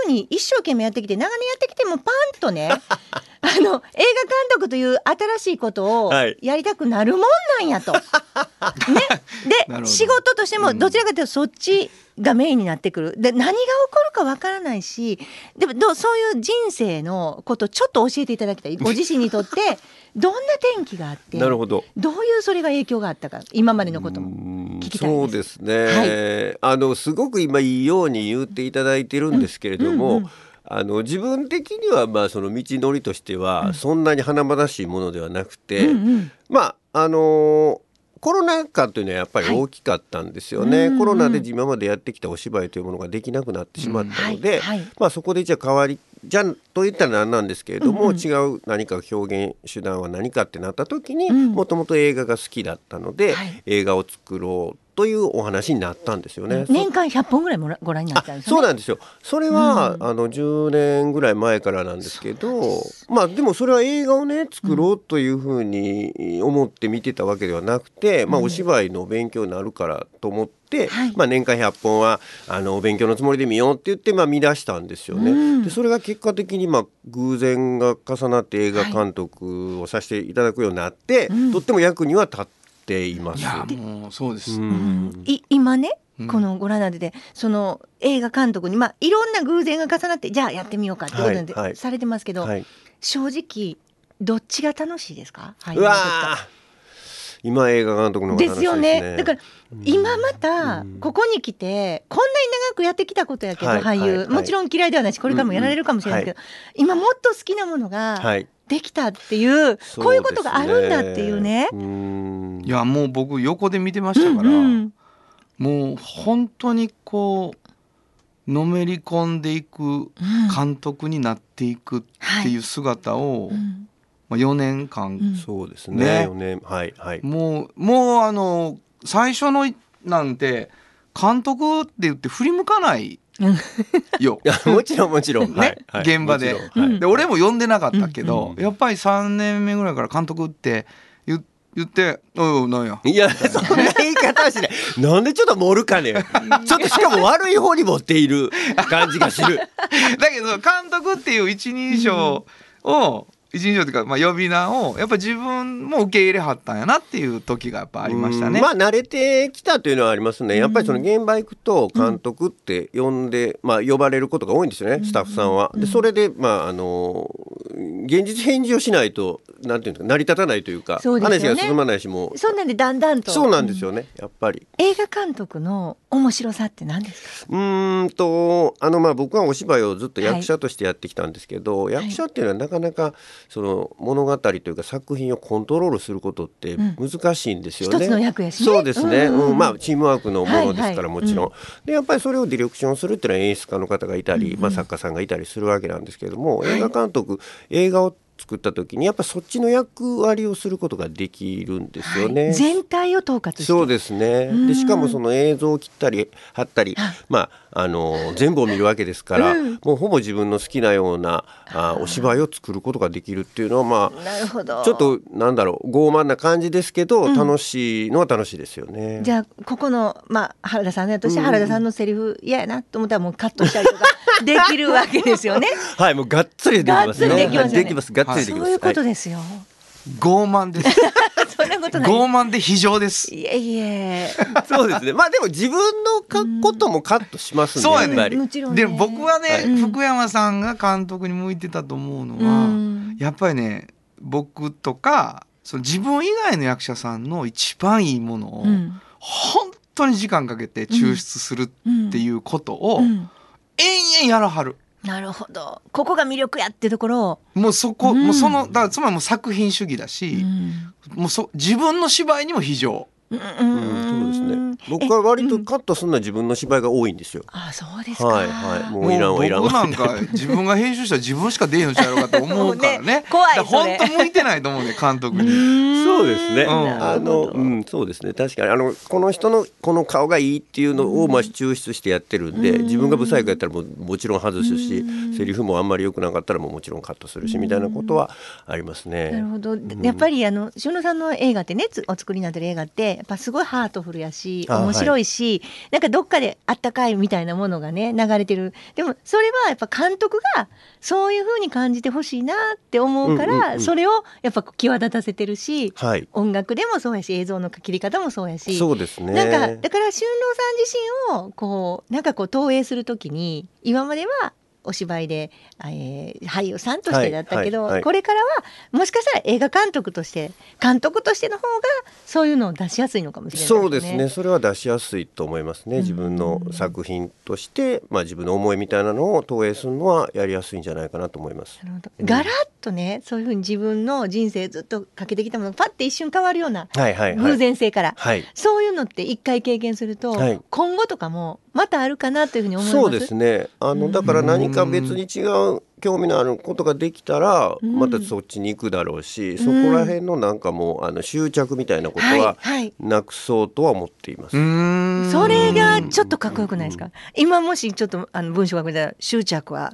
S3: ふうに一生懸命やってきて長年やってきてもパンと ねあの映画監督という新しいことを
S5: はい
S3: やりたくなるもんなんや と。ね、
S2: なるほ
S3: で
S2: ど
S3: 仕事としてもどちらかというとそっちがメインになってくる。で何が起こるかわからないしでもどうそういう人生のことちょっと教えていただきたいご自身にとってどんな転機があって
S5: なるほど。
S3: どういうそれが影響があったか今までのこと
S5: う
S3: も。
S5: ん
S3: 聞きたいです
S5: そうですね、あのすごく今いいように言っていただいてるんですけれども、あの自分的にはまあその道のりとしてはそんなに華々しいものではなくて、まああのコロナ禍というのはやっぱり大きかったんですよね、コロナで今までやってきたお芝居というものができなくなってしまったので、
S3: うんはいはい
S5: まあ、そこでじゃあ代わりじゃんと言ったら何なんですけれども、違う何か表現手段は何かってなった時にもともと映画が好きだったので、
S3: はい
S5: 映画を作ろうというお話になったんですよね。
S3: 年間100本ぐらいもらご覧になっ
S5: あ
S3: てたんです
S5: そう
S3: よね。
S5: なんですよそれは、あの10年ぐらい前からなんですけどまあでもそれは映画をね作ろうというふうに思って見てたわけではなくて、まあ、お芝居の勉強になるからと思って、
S3: はい
S5: まあ、年間100本はあのお勉強のつもりで見ようって言って、まあ、見出したんですよね。でそれが結果的に、まあ、偶然が重なって映画監督をさせていただくようになって、とっても役には立っています。
S2: いやもうそうです、
S5: うん
S3: い今ね
S2: うん
S3: このご覧になっててその映画監督にまあいろんな偶然が重なってじゃあやってみようかってことで、
S5: はいはい
S3: されてますけど、
S5: はい
S3: 正直どっちが楽しいですか俳優
S5: う
S3: の
S5: わ
S3: 時から
S5: ー今映画監督の方が
S3: で
S5: 楽
S3: す
S5: しいで
S3: よ
S5: すね。
S3: ね。だから今またここに来てこんなに長くやってきたことやけど
S5: はい
S3: 俳
S5: は
S3: 優
S5: い
S3: もちろん嫌いではないしこれからもやられるかもしれないけど今もっと好きなもの
S5: は
S3: が
S5: い
S3: できたっていうこういうことがあるんだっていうね
S5: う。ん
S2: いやもう僕横で見てましたから、
S3: うん
S2: もう本当にこうのめり込んでいく監督になっていくっていう姿を、
S3: うん
S2: まあ、4年間、
S5: そうです
S2: ね
S5: ね。四年はいはい。
S2: もうもうあの最初のなんて監督って言って振り向かないよ
S5: い。やもちろんもちろん、はいはい
S2: 現場で
S5: もちろんはい
S2: で俺も呼んでなかったけど、
S5: うん
S2: やっぱり3年目ぐらいから監督って言言って「おいおいなんや」
S5: いやそんな言い方はしない。なんでちょっと盛るかね。ちょっとしかも悪い方に持っている感じがす る。
S2: だけど監督っていう一人称を、一人称というか、まあ、呼び名をやっぱ自分も受け入れはったんやなっていう時がやっぱありました
S5: う
S2: ね。
S5: んまあ慣れてきたというのはありますね。やっぱりその現場行くと監督って呼んで、まあ呼ばれることが多いんですよね。スタッフさんは。でそれでまああの現実返事をしないとなんていうんですか成り立たないというか
S3: そうですよね
S5: 話が進まないしもう
S3: そんなんでだんだんと
S5: そうなんですよねやっぱり。
S3: 映画監督の面白さって何ですか
S5: うーんとあのまあ僕はお芝居をずっと役者としてやってきたんですけど、
S3: い
S5: 役者っていうのはなかなかその物語というか作品をコントロールすることって難しいんですよね。
S3: 一つの役やしね
S5: そうですね、
S3: う
S5: うんん
S3: うんうん
S5: まあチームワークのものです
S3: はい
S5: か
S3: は
S5: ら
S3: い
S5: もちろん、でやっぱりそれをディレクションするっていうのは演出家の方がいたり、まあ、作家さんがいたりするわけなんですけれども、映画監督映画を作った時にやっぱそっちの役割をすることができるんですよね。
S3: はい全体を統括して
S5: そうですね
S3: ん
S5: でしかもその映像を切ったり貼ったり、まあ、あの全部を見るわけですから、もうほぼ自分の好きなようなあお芝居を作ることができるっていうのは、まあ、
S3: なるほど
S5: ちょっとなんだろう傲慢な感じですけど、楽しいのは楽しいですよね。
S3: じゃあここの、まあ、原田さんね私原田さんのセリフ嫌やなと思ったらもうカットしたり とかできるわけですよね。
S5: はい、もうがっつりできますね。
S3: がっつりできますよね
S5: はいできます、がっつりでき
S3: そ
S5: ます。
S3: ういうこと
S5: はい
S3: ですよ。
S2: 傲慢です
S3: そん なことない。
S2: 傲慢で非常です
S3: いえいえ。
S5: そうですね。まあでも自分のかこともカットしますね。
S2: そうや
S5: や
S2: ね
S5: っぱり。
S3: もちろん、ね。
S2: で僕はね、
S3: うん
S2: 福山さんが監督に向いてたと思うの
S3: う
S2: は、
S3: ん
S2: やっぱりね僕とかその自分以外の役者さんの一番いいものを、
S3: うん
S2: 本当に時間かけて抽出するっていうことを、
S3: うん
S2: 延々やらはる。
S3: なるほど。ここが魅力やってところを。
S2: もうそこ、
S3: うん
S2: もうそのだからつまりもう作品主義だ
S3: う
S2: し、
S3: ん。
S2: もうそ自分の芝居にも非常
S3: うん
S5: うん、そうですね。
S3: え
S5: 僕は割とカットするのは自分の芝居が多いんですよ。
S3: あそうですか。
S5: はいはい。も
S2: も
S5: う
S2: う
S5: いらんわいらん
S2: 僕な
S5: わ
S2: ん。か自分が編集したら自分しか出えへんのちゃうやろうかと思うから
S3: もうね
S2: ね
S3: 怖い
S2: だから
S3: それ
S2: 本当向いてないと 思うね監督に。
S3: ん
S5: そうですね。
S2: ん
S5: あの、
S3: なるほど
S5: うん、そうですね。確かに、あの、この人の、この顔がいいっていうのを、まあ、抽出してやってるんで、自分が不細工やったら、もう、もちろん外すし。セリフもあんまり良くなかったら、もうもちろんカットするし、みたいなことはあります
S3: なる
S5: ね。
S3: ほど、でやっぱりあの塩野さんの映画ってねつお作りになってる映画ってやっぱすごいハートフルやし
S5: あ
S3: 面白いし、なんかどっかであったかいみたいなものがね流れてるでもそれはやっぱ監督がそういうふうに感じてほしいなって思うから、
S5: うんうんうん
S3: それをやっぱ際立たせてるし
S5: はい。
S3: 音楽でもそうやし映像の切り方もそうやし。
S5: そうですね。
S3: なんかだから俊郎さん自身をこうなんかこう投影するときに今まではお芝居で、えー俳優さんとしてだったけど、
S5: はいはいはい
S3: これからはもしかしたら映画監督として監督としての方がそういうのを出しやすいのかもしれないですね。
S5: そうですねそれは出しやすいと思いますね自分の作品として、まあ、自分の思いみたいなのを投影するのはやりやすいんじゃないかなと思います。
S3: なるほど
S5: うん
S3: ガラッとねそういうふうに自分の人生ずっとかけてきたものがパッて一瞬変わるような
S5: はいはいはい、
S3: 偶然性から、
S5: はい
S3: そういうのって一回経験すると、
S5: はい
S3: 今後とかもまたあるかなというふうに思います。
S5: そうですねあ
S3: う
S5: の
S3: ん
S5: だから何か別に違う興味のあることができたら
S3: うん
S5: またそっちに行くだろうし、そこ
S3: ん
S5: ら辺のなんかもうあの執着みたいなこと
S3: はい
S5: は
S3: はい
S5: なくそうとは思っています。
S3: それがちょっとかっこよくないですか今もしちょっとあの文章が見たら執着は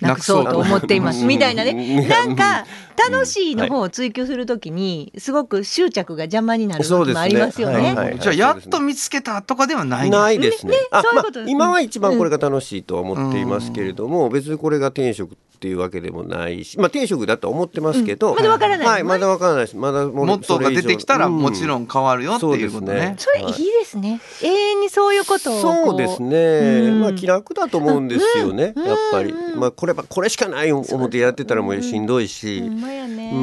S3: なくそうと思っています
S5: なくそう
S3: みたいな
S5: う
S3: ね
S5: ん
S3: なんか楽しいの方を追求するときにすごく執着が邪魔になる
S5: そう
S3: 時
S5: です
S3: も
S5: ね
S3: ありますよ
S5: はい
S3: ね。
S5: はい
S2: じゃあやっと見つけたとかではないね
S5: ないですね。あ
S3: そういうことですね
S5: 今は一番これが楽しいとは思っていますけれども、別にこれが天職っていうわけでもないし、まあ天職だとは思ってますけど、
S3: うんまだわからない
S5: はい、まだわからないです。まだも
S2: モットーが出てきたらもち
S5: ん
S2: ろん変わるよっていうこと
S5: そうで
S2: ね
S5: すね。
S3: それいいですね、永遠にそういうことをこ
S5: そうですね、
S3: うん
S5: まあ気楽だと思うんですよね、
S3: うん
S5: やっぱり、
S3: うん
S5: まあこればこれしかない思ってやってたらもうしんどいし、
S3: ほんまやね
S5: う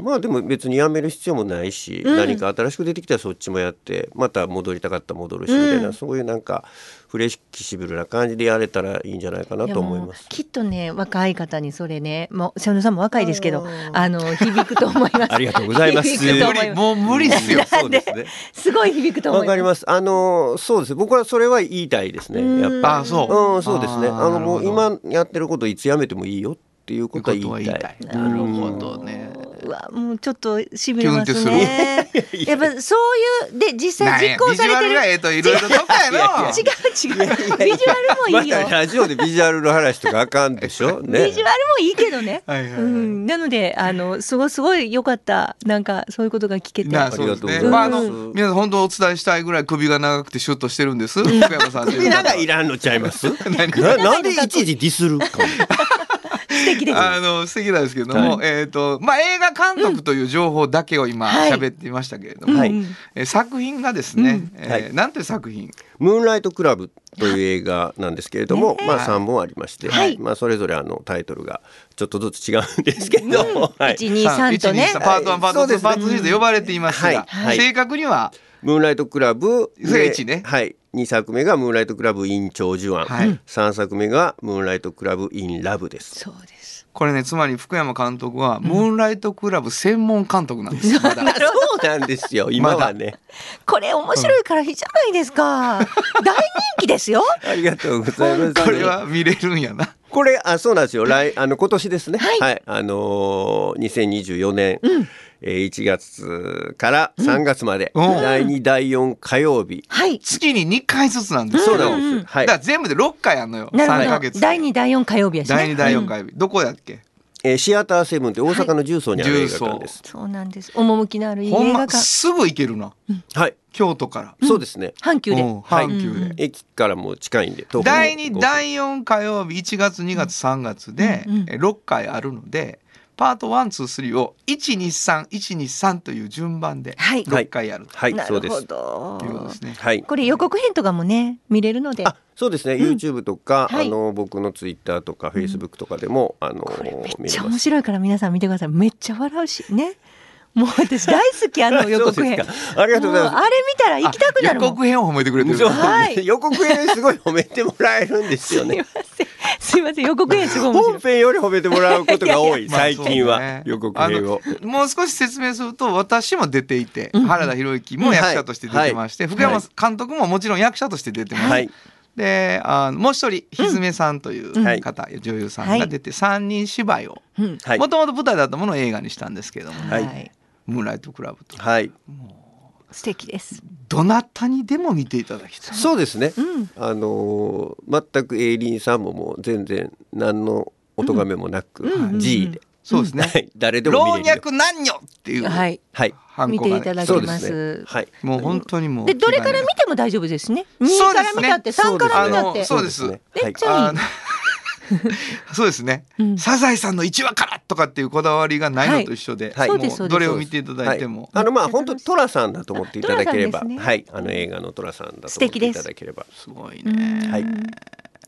S5: んまあでも別にやめる必要もないし、
S3: うん
S5: 何か新しく出てきたらそっちもやってまた戻りたかったら戻るし
S3: う
S5: み
S3: ん
S5: たいな、そういうなんかフレキシブルな感じでやれたらいいんじゃないかなと思い
S3: やも
S5: ま
S3: う
S5: す。
S3: きっとね若い方にそれねもう瀬野さんも若いですけど
S5: あー
S3: あの響くと思います
S5: ありがとうございます
S3: 響くと
S2: 無
S3: 思
S2: 理
S3: いま
S2: もう無理っすよ。
S5: そうですね。
S3: すすごい響くと思
S5: わ
S3: いま
S5: か
S3: す
S5: ります。あのそうです。僕はそれは言いたいですね。やっぱ
S2: あそう。
S5: うんそうですね。
S2: ー
S5: あのもう
S2: なる
S5: 今やってることいつやめてもいいよっていう
S2: ほ
S5: こ
S2: ど
S5: と
S2: いうこと
S5: は
S2: は
S5: 言い
S2: 言い
S5: たい。
S2: たい。なるほどね。
S3: うわもうちょっとしびれますね。やっぱそういうで実
S2: な
S3: 際
S2: んや
S3: 実行
S2: ビジ
S3: さ
S2: ュ
S3: れ
S2: ア
S3: て
S2: ルがえ
S3: る。
S2: えといろいろとかやな。
S3: 違う違うビジュアルもいいよ。
S5: またラジオでビジュアルの話とかあかんでしょ。ね。
S3: ビジュアルもいいけどね。
S2: はいはいはい
S3: うんなのであのすごいすごい良かったなんかそういうことが聞けて。
S2: なあ
S5: り
S2: そ
S5: が
S2: う
S5: と
S2: で
S5: う
S2: す
S5: ござ
S2: ね。
S5: います
S2: まああの皆さん本当お伝えしたいぐらい首が長くてシュッとしてるんです。福山さんという
S5: 首
S2: 方は
S5: 長いらんのちゃいます。な
S2: 何
S5: なんでいちいちディスるかも。
S3: 素敵です。
S2: あの素敵なんですけども、えっ、とまあ映画監督という情報だけを今
S3: はい
S2: 喋っていましたけれども、
S5: はい
S2: えー作品がですね、えー
S5: はい
S2: なんていう作品、
S5: ムーンライトクラブという映画なんですけれども、まあ三本ありまして、
S3: はい
S5: まあそれぞれあのタイトルがちょっとずつ違うんですけど、はい。
S3: 一二三とね
S2: 1 2 3。パート1、パート
S5: そう
S2: 2、
S5: ですね
S2: パート3で呼ばれていますが、
S5: はいはい
S2: 正確には、
S5: ムーンライトクラブ
S2: それが
S5: で
S2: 一ね
S5: はい。二作目がムーンライトクラブイン長寿庵
S2: はい、
S5: 三作目がムーンライトクラブインラブです。
S3: そうです。
S2: これね、つまり福山監督は、ムーンライトクラブ専門監督なんです。まだ
S5: そうなんですよ。今はね。
S3: これ面白いからいいじゃないですか。大人気ですよ。
S5: ありがとうございます。
S2: これは見れるんやな。
S5: これあそうなんですよ来あの今年ですね
S3: は
S5: はいい、あのー、2024年、えー1月から3月まで、
S2: うん
S5: 第2第4火曜日、
S3: はい。
S2: 月に2回ずつなんです
S5: そ
S2: け
S5: う
S2: ど、
S5: なんです、は
S2: だ
S5: い
S2: か、ら全部で6回あんのよ
S3: な
S2: 3
S3: る
S2: ヶ
S3: ほど。
S2: 月
S3: 第二第四火曜日やしね。
S2: 第2第4
S3: うん
S2: 回日どこやっけ
S5: えーシアターセブンって大阪の重曹にある映画館です
S3: そうなんです。趣のあるいい
S2: ほん
S3: 映画
S2: ま
S3: 館。
S2: すぐ行けるな
S5: はい、
S2: 京都から
S5: そうですね
S3: 阪急で。
S2: うん阪急で、
S3: うん
S5: 駅からも近いんで徒歩
S2: 第2
S5: 五分
S2: 第4火曜日1月2月3月で
S3: うんうん
S2: え6回あるのでパート123を123123という順番で
S3: はい。
S2: 6回やると
S5: はい
S3: な
S5: そう
S3: る
S5: で
S3: ほ
S5: す
S3: ど
S2: い。うことですね。
S5: はい
S3: これ予告編とかもね見れるので。
S5: あそうですね、YouTube とか、
S3: はい
S5: あの僕の Twitter とか Facebook とかでも、あの
S3: これめっ
S5: 見
S3: ち
S5: れ
S3: ゃ
S5: ま
S3: 面
S5: す
S3: 白いから皆さん見てください。めっちゃ笑うしね。 もう私大好きあの予告
S5: そう
S3: 編。
S5: で
S3: も
S5: すかありがとう
S3: う
S5: ございま
S3: あ
S5: す
S3: れ見たら行きたくな
S2: 予
S3: るもん。
S2: 告編を褒めてくれてる
S5: そう
S3: はい
S5: 予告編すごい褒めてもらえるんですよ
S3: すい
S5: ね
S3: ま。せん。すいません予告編すごい面白
S5: 本
S3: い。
S5: 編より褒めてもらうこと が多い
S2: まあ
S5: 最近は、
S2: そうね
S5: 予告編を。
S2: あのもう少し説明すると私も出ていて、原田博之も役者として出てまして、
S5: うんはい
S2: 福
S5: は
S2: 山
S5: い
S2: 監督ももちろん役者として出てます、
S5: はい
S2: であのもう一人ひずめさんという
S5: はい
S2: 方、女優さんが出て3人芝居を
S3: うん
S5: はい
S2: もともと舞台だったものを映画にしたんですけども、
S5: はい
S3: はい。
S2: ムーンライトクラブと
S5: はい。
S3: 素敵です。
S2: どなたにでも見ていただきたい
S5: そうですね。
S3: うん。
S5: あのー全くエイリンさんももう全然何のお咎めもなく、G で、
S2: そうですね、
S5: はい誰でも
S2: 老
S5: 見れるよ。
S2: 若男女っていう
S3: はい。
S5: はい。
S2: ハン
S3: 見
S2: コ
S3: て
S2: が
S3: いただ
S2: ね
S3: き
S5: そうで
S3: ますす
S5: ね。。はい。
S2: もう本当にもう
S3: でどれから見ても大丈夫ですね。二から見たって
S5: そ
S3: 三
S5: うで
S3: か
S5: すね
S3: ら見たって。
S2: あのそうです
S5: ね
S3: め
S5: は
S3: っ
S5: い
S3: ちゃいい。
S2: あの そうですね、
S3: うん
S2: サザエさんの1話からとかっていうこだわりがないのと一緒で、
S5: はい
S3: そうです
S2: も
S3: そうです
S2: どれを見ていただいても、
S5: はいあのまあ本当にトラさんだと思っていただければ、
S3: あトラさんですね
S5: はい。あの映画のトラさんだと思っていただければ。
S2: すごい
S3: うん
S2: ね、
S5: はい。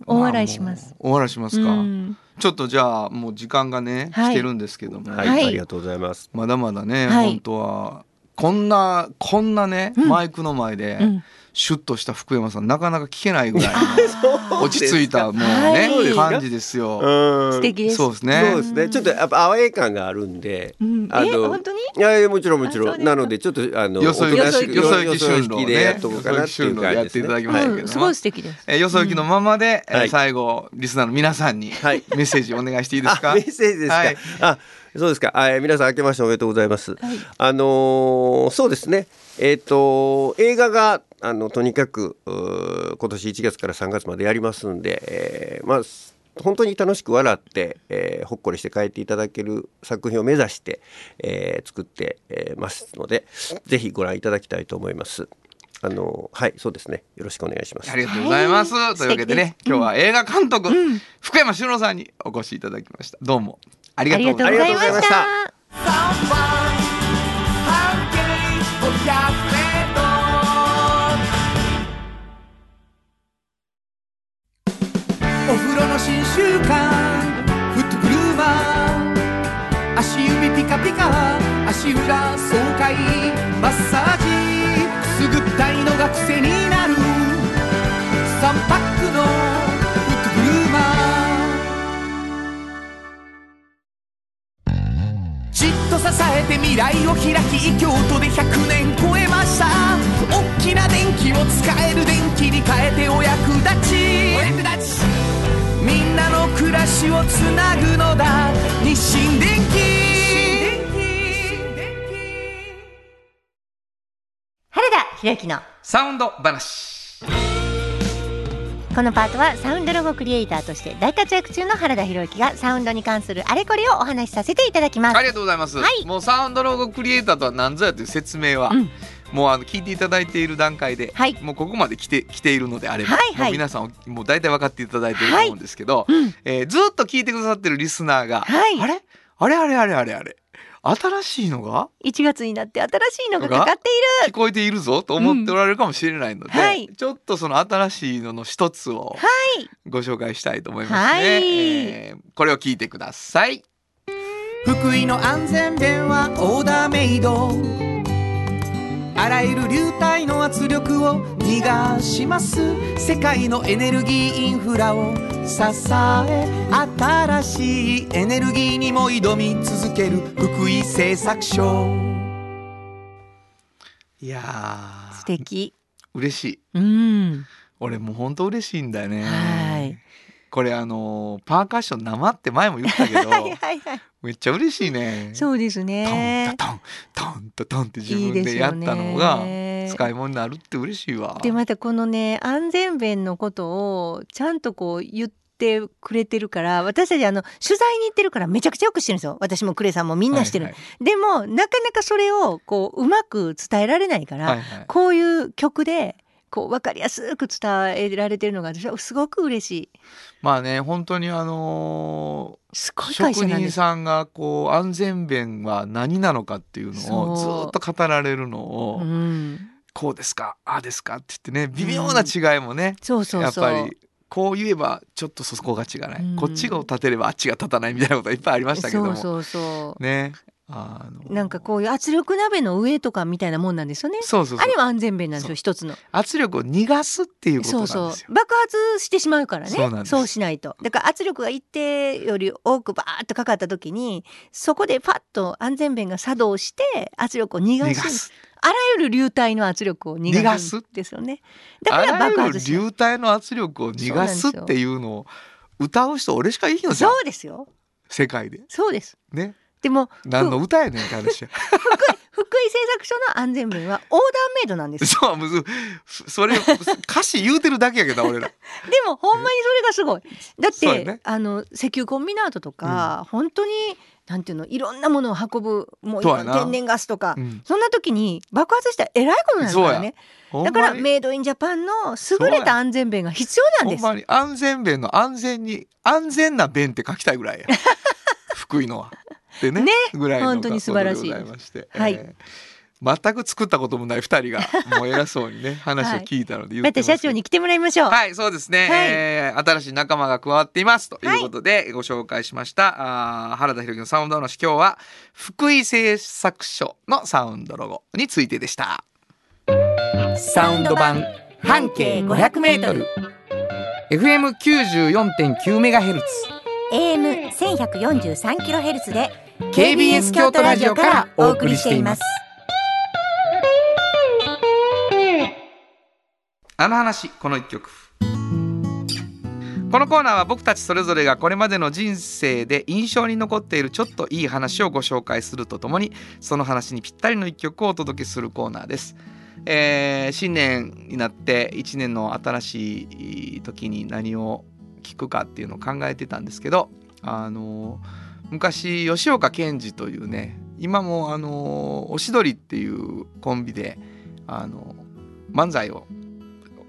S3: 大笑いします
S2: まあ。もうお笑いしますか、
S3: うん
S2: ちょっとじゃあもう時間がね、
S3: はい
S2: 来てるんですけども、
S5: はい、
S3: はい
S5: ありがとうございます。
S2: まだまだね、
S3: はい
S2: 本当はこんなこんなね、マイクの前で、
S3: うん
S2: シュッとした福山さんなかなか聞けないぐらいの
S5: そう
S2: 落ち着いたもうね、
S3: はい
S2: 感じですよ。
S5: うん
S3: 素敵です。
S2: そうですね。
S5: そうですね。ちょっとやっぱアウェー感があるんで、
S3: うん
S5: あ
S3: え
S5: の
S3: 本当に
S5: いやいやもちろんもち
S3: あそう
S5: ろ
S3: で
S5: ん。
S3: すか
S5: なのでちょっとあの
S2: よそ行き
S5: おとなしく
S2: よそ行き
S5: よ
S2: 春
S5: そ
S2: 路
S5: 行
S2: を
S5: き
S2: ね
S5: でやっとこうかな
S2: よ
S5: って
S2: そ
S5: い
S2: 行き
S5: う感
S2: 春路をや
S5: じ
S2: っ
S5: で
S2: てい
S5: す
S2: た
S5: ね。
S2: だきましたけ
S3: うん
S2: ども
S3: すごい素敵です。
S2: えー、よそ行きのままで、えー
S5: はい
S2: 最後リスナーの皆さんに
S5: はい
S2: メッセージお願いしていいですか。
S5: あメッセージですか。
S2: はい
S5: あそうですか。あ皆さん明けましておめでとうございます。
S3: はい
S5: あのーそうですね。えっ、と映画があのとにかくうー今年1月から3月までやりますんで、えーまあ。本当に楽しく笑って、えーほっこりして帰っていただける作品を目指して、えー作って、えーますのでぜひご覧いただきたいと思います。あのーはいそうですねよろしくお願いします。
S2: ありがとうございます。
S3: はい
S2: というわけでね、
S3: 素敵です
S2: 今日は映画監督、福山修郎さんにお越しいただきました。どうもあり
S3: あ
S2: が
S3: り
S2: と
S3: が
S2: うご
S3: とう
S2: ざ
S3: ご
S2: いま
S3: ざ
S2: す
S3: いまし
S5: ありがとうございましたた。
S4: お風呂の新習慣フットグルーマー足指ピカピカ足裏爽快マッサージくすぐったいのが癖になる3パックのフットグルーマーじっと支えて未来を開き京都で100年超えました大きな電気を使える電気に変えてお役立ちお役立ちみんなの暮らしをつなぐのだ日清電機
S3: 原田博之の
S2: サウンド話。
S3: このパートはサウンドロゴクリエイターとして大活躍中の原田博之がサウンドに関するあれこれをお話しさせていただきます。
S2: ありがとうございます。
S3: はい
S2: もうサウンドロゴクリエイターとは何ぞやという説明は、
S3: うん
S2: もうあの聞いていただいている段階で、
S3: はい
S2: もうここまで来て来ているのであれば、
S3: はいはい
S2: もう皆さんもう大体分かっていただいていると思うんですけど、
S3: うん
S2: えーずっと聞いてくださってるリスナーが、
S3: はい
S2: あれあれあれあれあれあれ新しいのが
S3: 1月になって新しいのがかかってい
S2: 聞こえているぞと思っておられるかもしれないので、
S3: うんはい
S2: ちょっとその新しいのの一つを
S3: はい
S2: ご紹介したいと思いま
S3: は
S2: すね、
S3: い
S2: えーこれを聞いてください
S4: 福井の安全弁はオーダーメイドあらゆる流体の圧力を逃がします世界のエネルギーインフラを支え新しいエネルギーにも挑み続ける福井製作所
S2: いや
S3: る素
S2: ーこれあのーパーカッション生って前も言ったけ ど
S3: はいはいはい。
S2: めっちゃ嬉しいね。
S3: そうです
S2: トン
S3: ね。
S2: タトントンタトンって自
S3: いい
S2: 分
S3: で
S2: ですや
S3: よ
S2: っ
S3: ね
S2: たのが使い物になるって嬉しいわ。
S3: でまたこのね安全弁のことをちゃんとこう言ってくれてるから私たちあの取材に行ってるからめちゃくちゃよくしてるんですよ私もクレさんもみんなしてる、
S2: はい
S3: でもなかなかそれをこううまく伝えられないから、
S2: はいはいはい
S3: こういう曲でこう分かりやすく伝えられてるのが私はすごく嬉しい
S2: まあね本当にあの
S3: す
S2: ー
S3: ごい会
S2: 職
S3: 社なん
S2: 人
S3: です
S2: さんがこう安全弁は何なのかっていうのをず
S3: そう
S2: ーっと語られるのを、
S3: うん、
S2: こうですかああですかって言ってね微妙な違いもね、
S3: そうそうそう
S2: やっぱりこう言えばちょっとそこが違ない、
S3: うん
S2: こっちが立てればあっちが立たないみたいなこといっぱいありましたけども
S3: そうそうそ
S2: ねあの
S3: うなんかこういう圧力鍋の上とかみたいなもんなんですよね
S2: そうそうそ
S3: あ
S2: う
S3: れは安全弁なんです
S2: そう
S3: よ一つの
S2: 圧力を逃がすっていうこと
S3: そ
S2: なん
S3: う
S2: です
S3: そ
S2: よ
S3: う爆発してしまうからね
S2: そう
S3: そ
S2: なんで
S3: う
S2: す
S3: しないとだから圧力が一定より多くバーッとかかった時にそこでパッと安全弁が作動して圧力を逃が
S2: 逃
S3: す
S2: がす
S3: あらゆる流体の圧力を逃がす
S2: 逃がす
S3: んですよねだ
S2: あ
S3: から
S2: らゆ
S3: 爆
S2: る
S3: 発しない
S2: 流体の圧力を逃がすっていうのを歌う人俺しかいいのじゃん
S3: そうですよ
S2: 世界で
S3: そうです
S2: ね
S3: でも
S2: 何の歌やねんって 話や
S3: 福井製作所の安全弁はオーダーメイドなんですよ
S2: そうむずそれ歌詞言うてるだけやけど 俺ら
S3: でもほんまにそれがすごいだっ
S2: そうや
S3: て、
S2: ね
S3: あの石油コンビナートとか、本当になんていうのいろんなものを運ぶもうい
S2: そう
S3: ろ
S2: や
S3: ん
S2: な
S3: な天然ガスとか
S2: うん
S3: そんな時に爆発したらえらいことになるからね。
S2: ほん
S3: だか
S2: ま
S3: ら
S2: に
S3: メイドインジャパンの優れた安全弁が必要なん
S2: ほ
S3: で
S2: ん
S3: す。
S2: まに安全弁の安全に安全な弁って書きたいぐ らいや福井のは。でね
S3: ね
S2: ぐらいの
S3: 本当に素晴らしい
S2: 学校でございまして、
S3: はい
S2: えー全く作ったこともない二人がもう偉そう にね話を聞いたので言
S3: ま
S2: っ
S3: た
S2: てますけど
S3: 社長に来てもらいましょう。
S2: はい、そうですね、
S3: はい
S2: えー新しい仲間が加わっていますということでご紹介しました、あー原田裕樹のサウンドの話今日は福井製作所のサウンドロゴについてでしたサウンド版半径 500m FM94.9MHz
S6: AM 千百四十三キロヘルツで
S2: KBS 京都ラジオからお送りしています。あの話この一曲このコーナーは僕たちそれぞれがこれまでの人生で印象に残っているちょっといい話をご紹介するとともにその話にぴったりの一曲をお届けするコーナーです。えー新年になって1年の新しい時に何を聞くかっていうのを考えてたんですけど、あの昔吉岡賢治というね今も、あのおしどりっていうコンビで、あの漫才を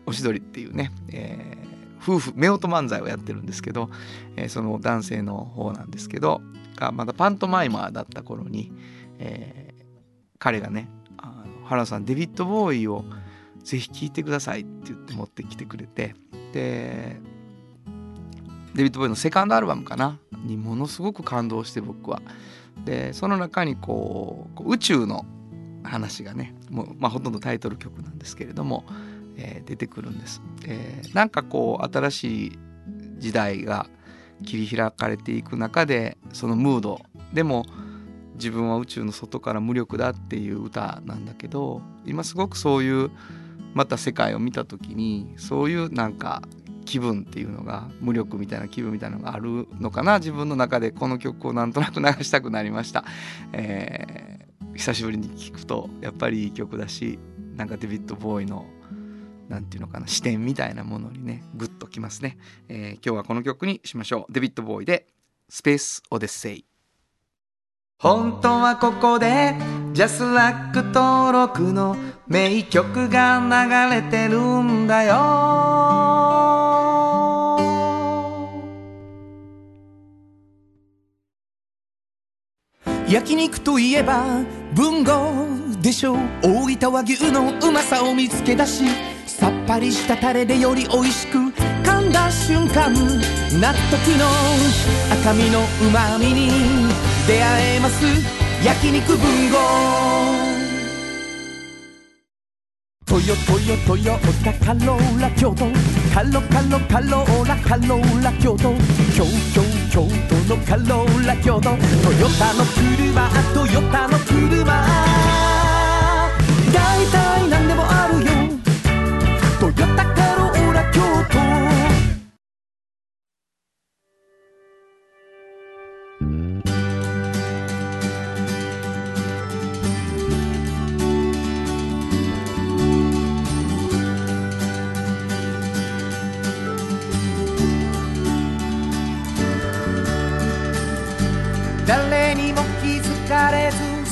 S2: おしどりっていうね、えー夫婦夫婦漫才をやってるんですけど、えーその男性の方なんですけどがまだパントマイマーだった頃に、えー彼がね「あの原田さんデビッド・ボーイをぜひ聴いてください」って言って持ってきてくれてでデビッド・ボーイのセカンドアルバムかなにものすごく感動して僕は。でその中にこうこう宇宙の話がねもう、まあ、ほとんどタイトル曲なんですけれども、えー出てくるんです、えーなんかこう新しい時代が切り開かれていく中でそのムードでも自分は宇宙の外から無力だっていう歌なんだけど今すごくそういうまた世界を見た時にそういうなんか気分っていうのが無力みたいな気分みたいなのがあるのかな自分の中でこの曲をなんとなく流したくなりました、えー久しぶりに聴くとやっぱりいい曲だしなんかデビッド・ボーイのなんていうのかな視点みたいなものにねグッときますね、えー今日はこの曲にしましょうデビッド・ボーイで「スペース・オデッセイ」本当はここでジャスラック登録の名曲が流れてるんだよ
S4: 焼肉といえば文豪でしょう大分和牛のうまさを見つけ出しさっぱりしたタレでより美味しく噛んだ瞬間納得の赤身のうまみに出会えます焼肉文豪トヨトヨトヨタカローラ京都カロカロカローラカローラ京都京京京都のカローラ京都トヨタの車トヨタの車だいたいなんでもあるよトヨタカローラ京都誰にも気づかれず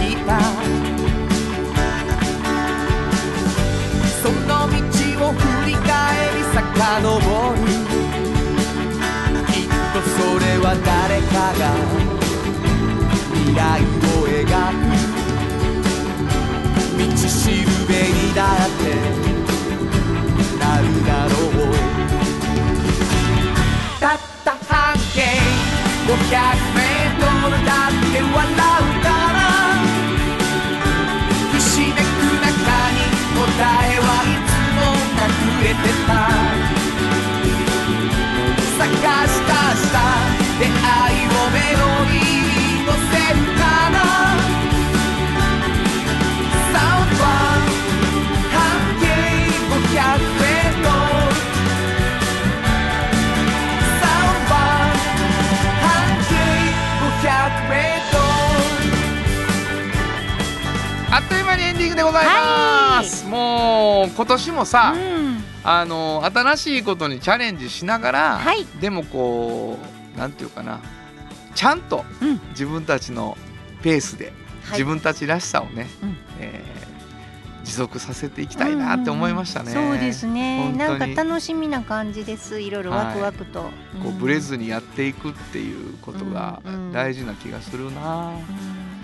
S4: 来たその道を振り返り遡るきっとそれは誰かが未来を描く道しるべにだってなるだろうたった半径500メートルだって笑うからひしめく中に答えはいつも隠れてた探したした出会いをメロディーに乗せるからサウンドは半径500メートルSoundbar 半径500メートル
S2: あっという間にエンディングでございます、もう今年もさ、
S3: うん
S2: あの新しいことにチャレンジしながら、
S6: はい
S2: でもこうなんていうかなちゃんと
S3: うん
S2: 自分たちのペースで、
S3: はい
S2: 自分たちらしさをね、
S3: うん
S2: えー持続させていきたいなって思いましたね。
S3: そうですね。
S2: 本
S3: なん
S2: 当
S3: か
S2: に
S3: 楽しみな感じです。いろいろワクワクと。
S2: こう
S3: うん
S2: ブレ。ずにやっていくっていうことが
S3: うんうん
S2: 大事な気がす
S3: う
S2: るな、
S3: ん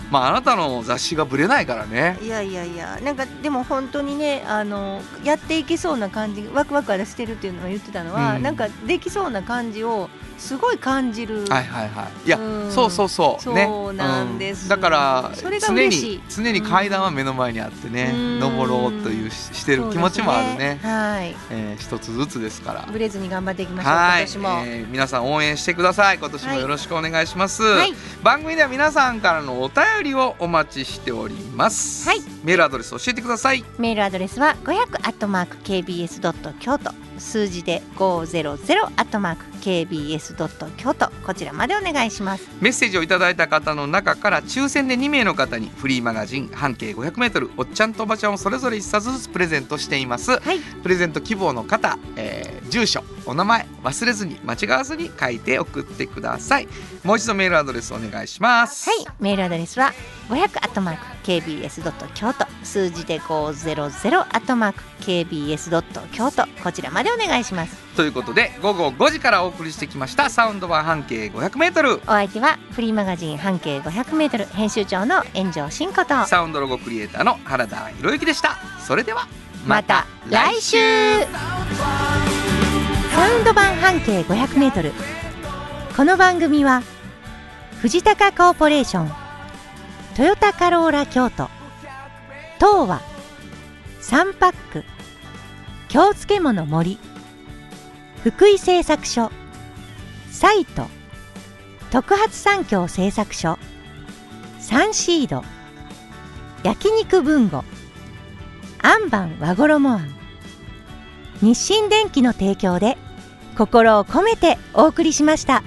S2: まああなたの雑誌がブレないからね
S3: いやいやいや、なんかでも本当にね、あのやっていけそうな感じ、ワクワクはしてるっていうのを言ってたのは、
S2: うん
S3: なんかできそうな感じをすごい感じる。
S2: はいはいはいいや、
S3: うん
S2: そうそうそうね
S3: そうなんです
S2: だから
S3: それが
S2: 常
S3: 嬉しい
S2: に常に階段は目の前にあってね、
S3: うん
S2: 登ろうというしして
S3: そうです
S2: る
S3: ね
S2: 気持ちもあるね
S3: はい、
S2: えー一つずつですから
S3: ブレずに頑張っていきましょう。
S2: は
S3: 今
S2: い、え
S3: 年も。
S2: ー皆さん応援してください今年もよろしくお願いします、
S3: はい
S2: 番組では皆さんからのお便りをお待ちしております、
S3: はい
S2: メールアドレス教えてください
S3: メールアドレスは500アットマーク kbs ドット京都数字で500アットマーク kbs ドット京都こちらまでお願いします。
S2: メッセージをいただいた方の中から抽選で2名の方にフリーマガジン半径 500m おっちゃんとおばちゃんをそれぞれ1冊ずつプレゼントしています、
S3: はい
S2: プレゼント希望の方、えー住所お名前忘れずに間違わずに書いて送ってくださいもう一度メールアドレスお願いします
S3: はい、メールアドレスは500アットマーク kbs ドット京都数字で500アットマーク kbs ドット京都こちらまでお願いします。
S2: ということで午後5時からお送りしてきましたサウンド版半径 500m
S3: お相手はフリーマガジン半径500メートル編集長の炎上真子と
S2: サウンドロゴクリエイターの原田博之でしたそれでは
S3: また来週サウンド版半径 500m この番組は藤高コーポレーショントヨタカローラ京都東和サンパック京漬物森福井製作所サイト特発産業製作所サンシード焼肉文吾アンバン和衣庵日清電機の提供で心を込めてお送りしました。